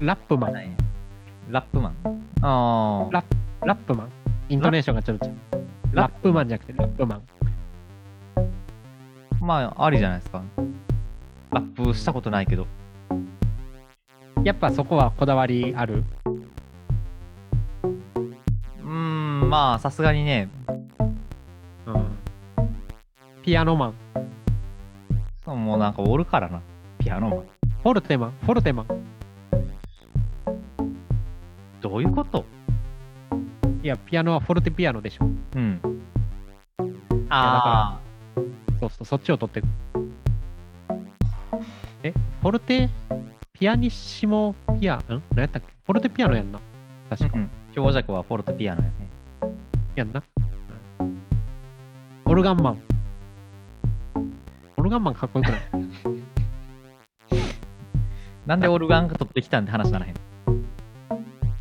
ラップマン、ないラップマン。ああ。ラップマン。イントネーションがちょっと違う。ララップマンじゃなくてラップマン。まあ、ありじゃないですか。ラップしたことないけど。やっぱそこはこだわりある。うーん、まあ、さすがにね、うん、ピアノマン、そうもうなんかおるからな。ピアノマン。フォルテマン、フォルテマン。どういうこといや、ピアノはフォルテピアノでしょ。うん。あそうそう、そっちを取ってく。え、フォルテ、ピアニッシモピア、ん何やったっけフォルテピアノやんな。あ。う確か。ん。強弱はフォルトピアノやね。やんな。オルガンマン。オルガンマンかっこよくないなんでオルガンが取ってきたんって話ならへいん。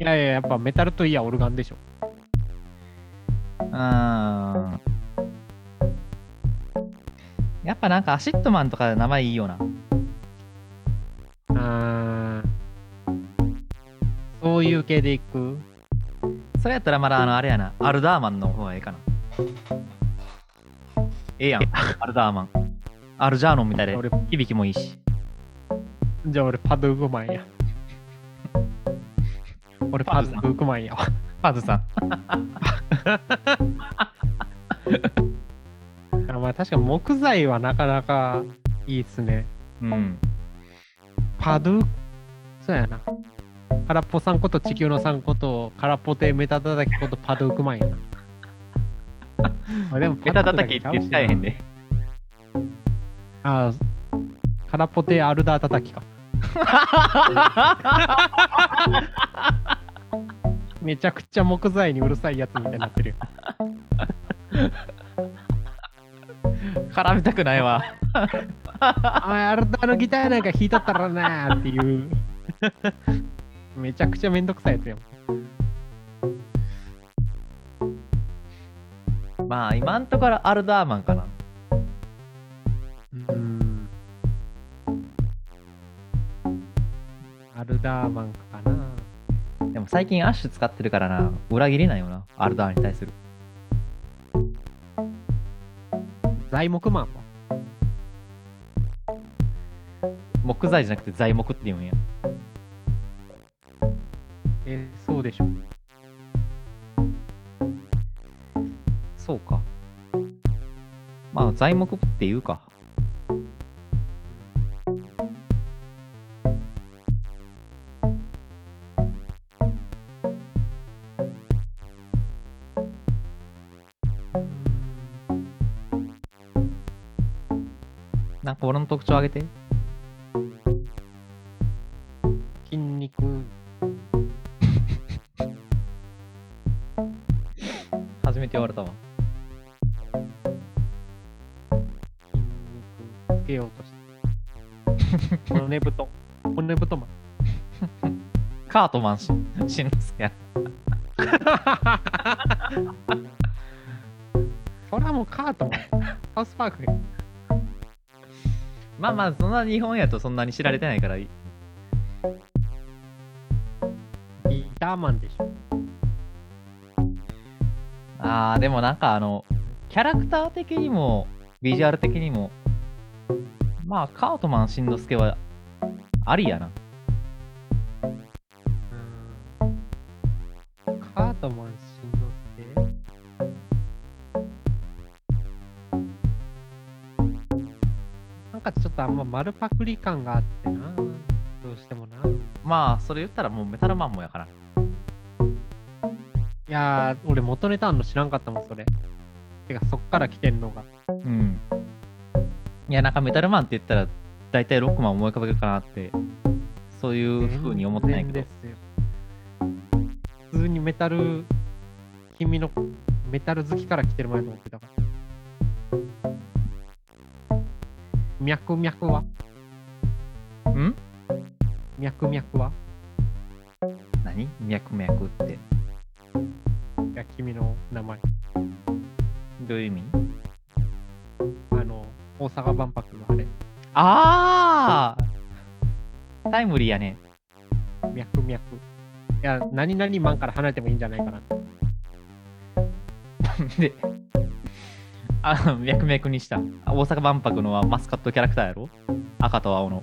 やいや、やっぱメタルといやオルガンでしょ。うーん。やっぱなんかアシットマンとか名前いいよな。あーそういう系でいく。それやったらまだあのあれやな、アルダーマンの方がええかな。ええやん、アルダーマン。アルジャーノンみたいで俺、響きもいいし。じゃあ俺パドゥークマン や。俺パドゥークマンやわ。パズさん。あまあ確かに木材はなかなかいいっすね。うん。パドゥそうやな。空っぽさんこと地球のさんこと空っぽでメタ叩きことパドゥークマンや な。あでもベタ叩きって言ったらえへん。で。ああ、空っぽでアルダー叩 きか。めちゃくちゃ木材にうるさいやつみたいになってるよ。絡みたくないわ。お前あれあのギターなんか弾いとったらなーっていう。 めちゃくちゃめんどくさいやつやもん。まあ、今んところアルダーマンかな。うん。アルダーマンかな。でも最近アッシュ使ってるからな、裏切れないよな、アルダーに対する。材木マンも。木材じゃなくて材木って言うんや。えーそうでしょ。そうか。まあ、材木って言うか。なんか俺の特徴あげて。筋肉。初めて言われたわ。筋肉つけようと して。骨太。骨太マン。カートマンし、 しんのすけや。それはもうカートマン。ハウスパークやまあまあ、そんな日本やとそんなに知られてないからいい。ギターマンでしょ。あー、でもなんかあの、キャラクター的にも、ビジュアル的にも、まあ、カートマンしんのすけは、ありやな。うんカートマンしんのすけなんかちょっとあんま丸パクリ感があってなどうしてもないまあ、それ言ったらもうメタルマンもやから。やー俺元ネタあんの知らんかったもんそれてかそっから来てんのがうん。いや、なんかメタルマンって言ったら、大体ロックマン思い浮かべるかなって、そういうふうに思ってないけ全然どで。すよ普通にメタル君のメタル好きから来てる前と思ってたから脈脈はん脈脈は何脈々って。いや君の名前どういう意味あの大阪万博のあれああタイムリーやね。脈脈いや何々マンから離れてもいいんじゃないかな で、あ、脈々にした。あ大阪万博のはマスカットキャラクターやろ赤と青の。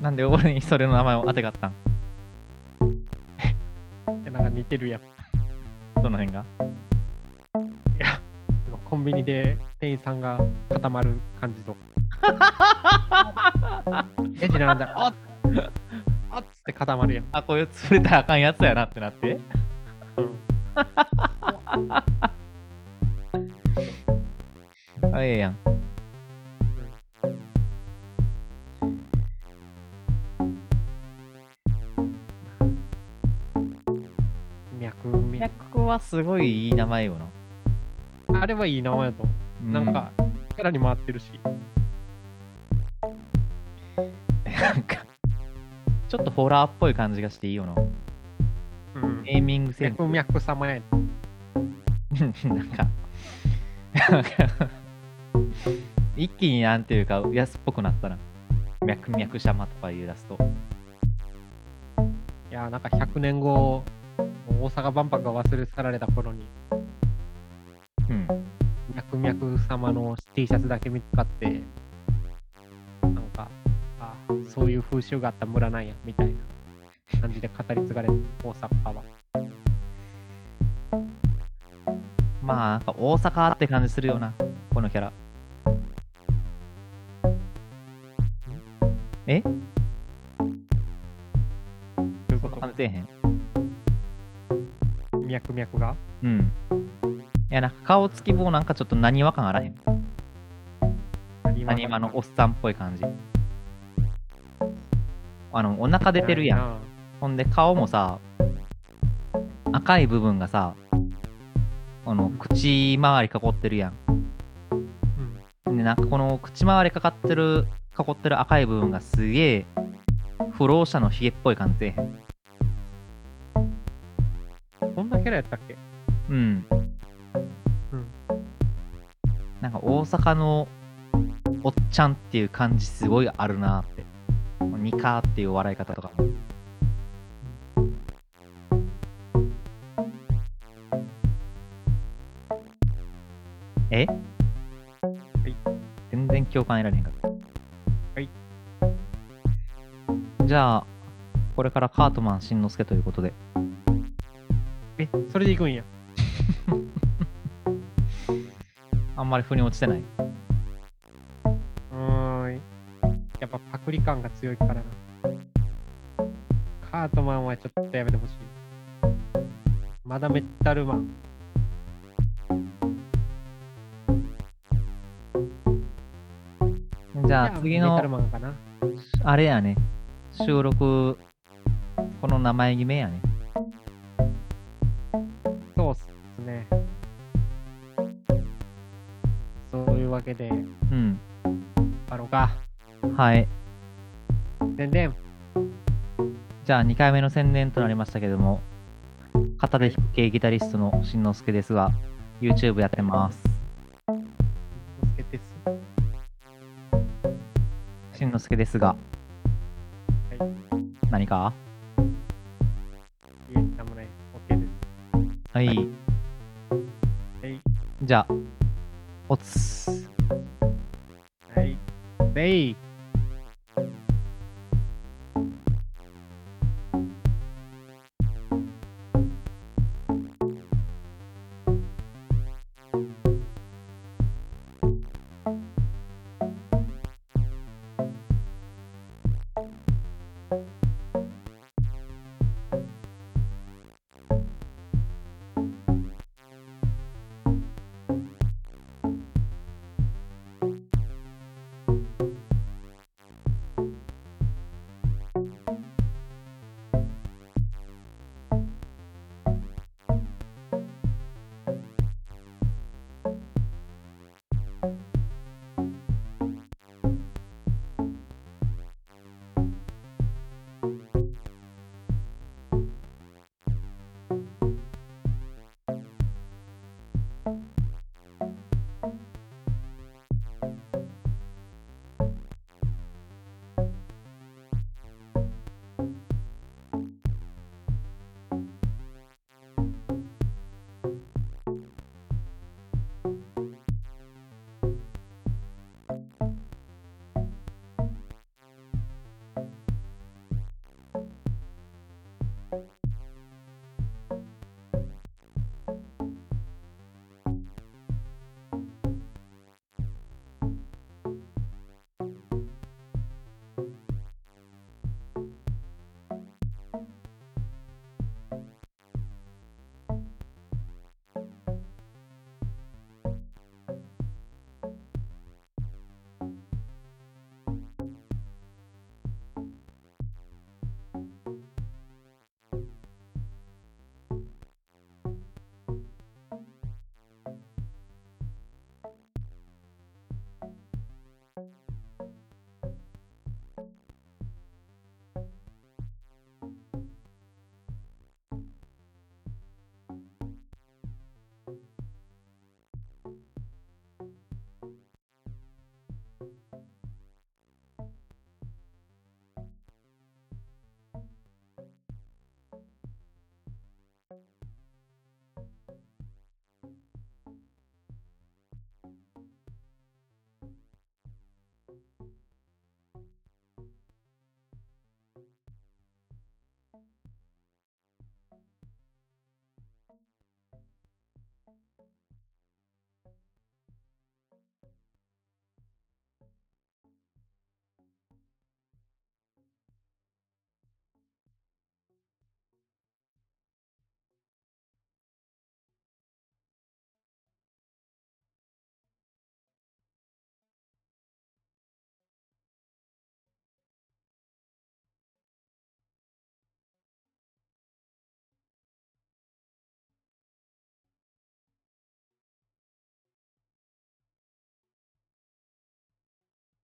なんで俺にそれの名前を当てがったんいやなんか似てるやんどの辺がコンビニで店員さんが固まる感じとレジ並んだら「あっ!」あっつって固まるやんあ、こういう潰れたらあかんやつやなってなって。あ、 ええやん。脈脈脈はすごいいい名前よな。あれはいい名前だと思ううなんか、キャラに回ってるしなんか、ちょっとホラーっぽい感じがしていいよな。うんネーミングセンス脈。脈様やんなん か、なんか 一気になんていうか、安っぽくなったな。脈々様とか言い出すと。いやーなんか100年後もう大阪万博が忘れ去られた頃にうん。脈々様の T シャツだけ見つかってなんかあそういう風習があった村なんやみたいな感じで語り継がれた大阪はまあ、なんか大阪って感じするよな、このキャラ。えというこ感とじてへん脈々がうん。いや、なんか顔つきもなんかちょっと何話感あらへん。何話のおっさんっぽい感じ。あの、お腹出てるやん。んほんで顔もさ、赤い部分がさ、あの、口周り囲ってるやん。ねなんかこの口周りかかってる囲ってる赤い部分がすげえ不老者のヒゲっぽい感じこんなキャラやったっけうん、うんなんか大阪のおっちゃんっていう感じすごいあるなってニカーっていう笑い方とかもえい全然共感得られへんかったはいじゃあこれからカートマンしんのすけということでえ、それで行くんや。あんまり腑に落ちてないうーん。やっぱパクリ感が強いからな。カートマンはちょっとやめてほしい。まだメタルマン。じゃあ次のメタルマンかな。あれやね。収録、この名前決めやね。そうっすね。そういうわけで、うん。あろうか。はい。でんでん。じゃあ2回目の宣伝となりましたけども、肩で弾く系ギタリストのしんのすけですが、YouTube やってます。つけてす。しんのすけですが、何かいえ、なんもない。OK です。はい。はい。じゃあ、おつ。はい。でい。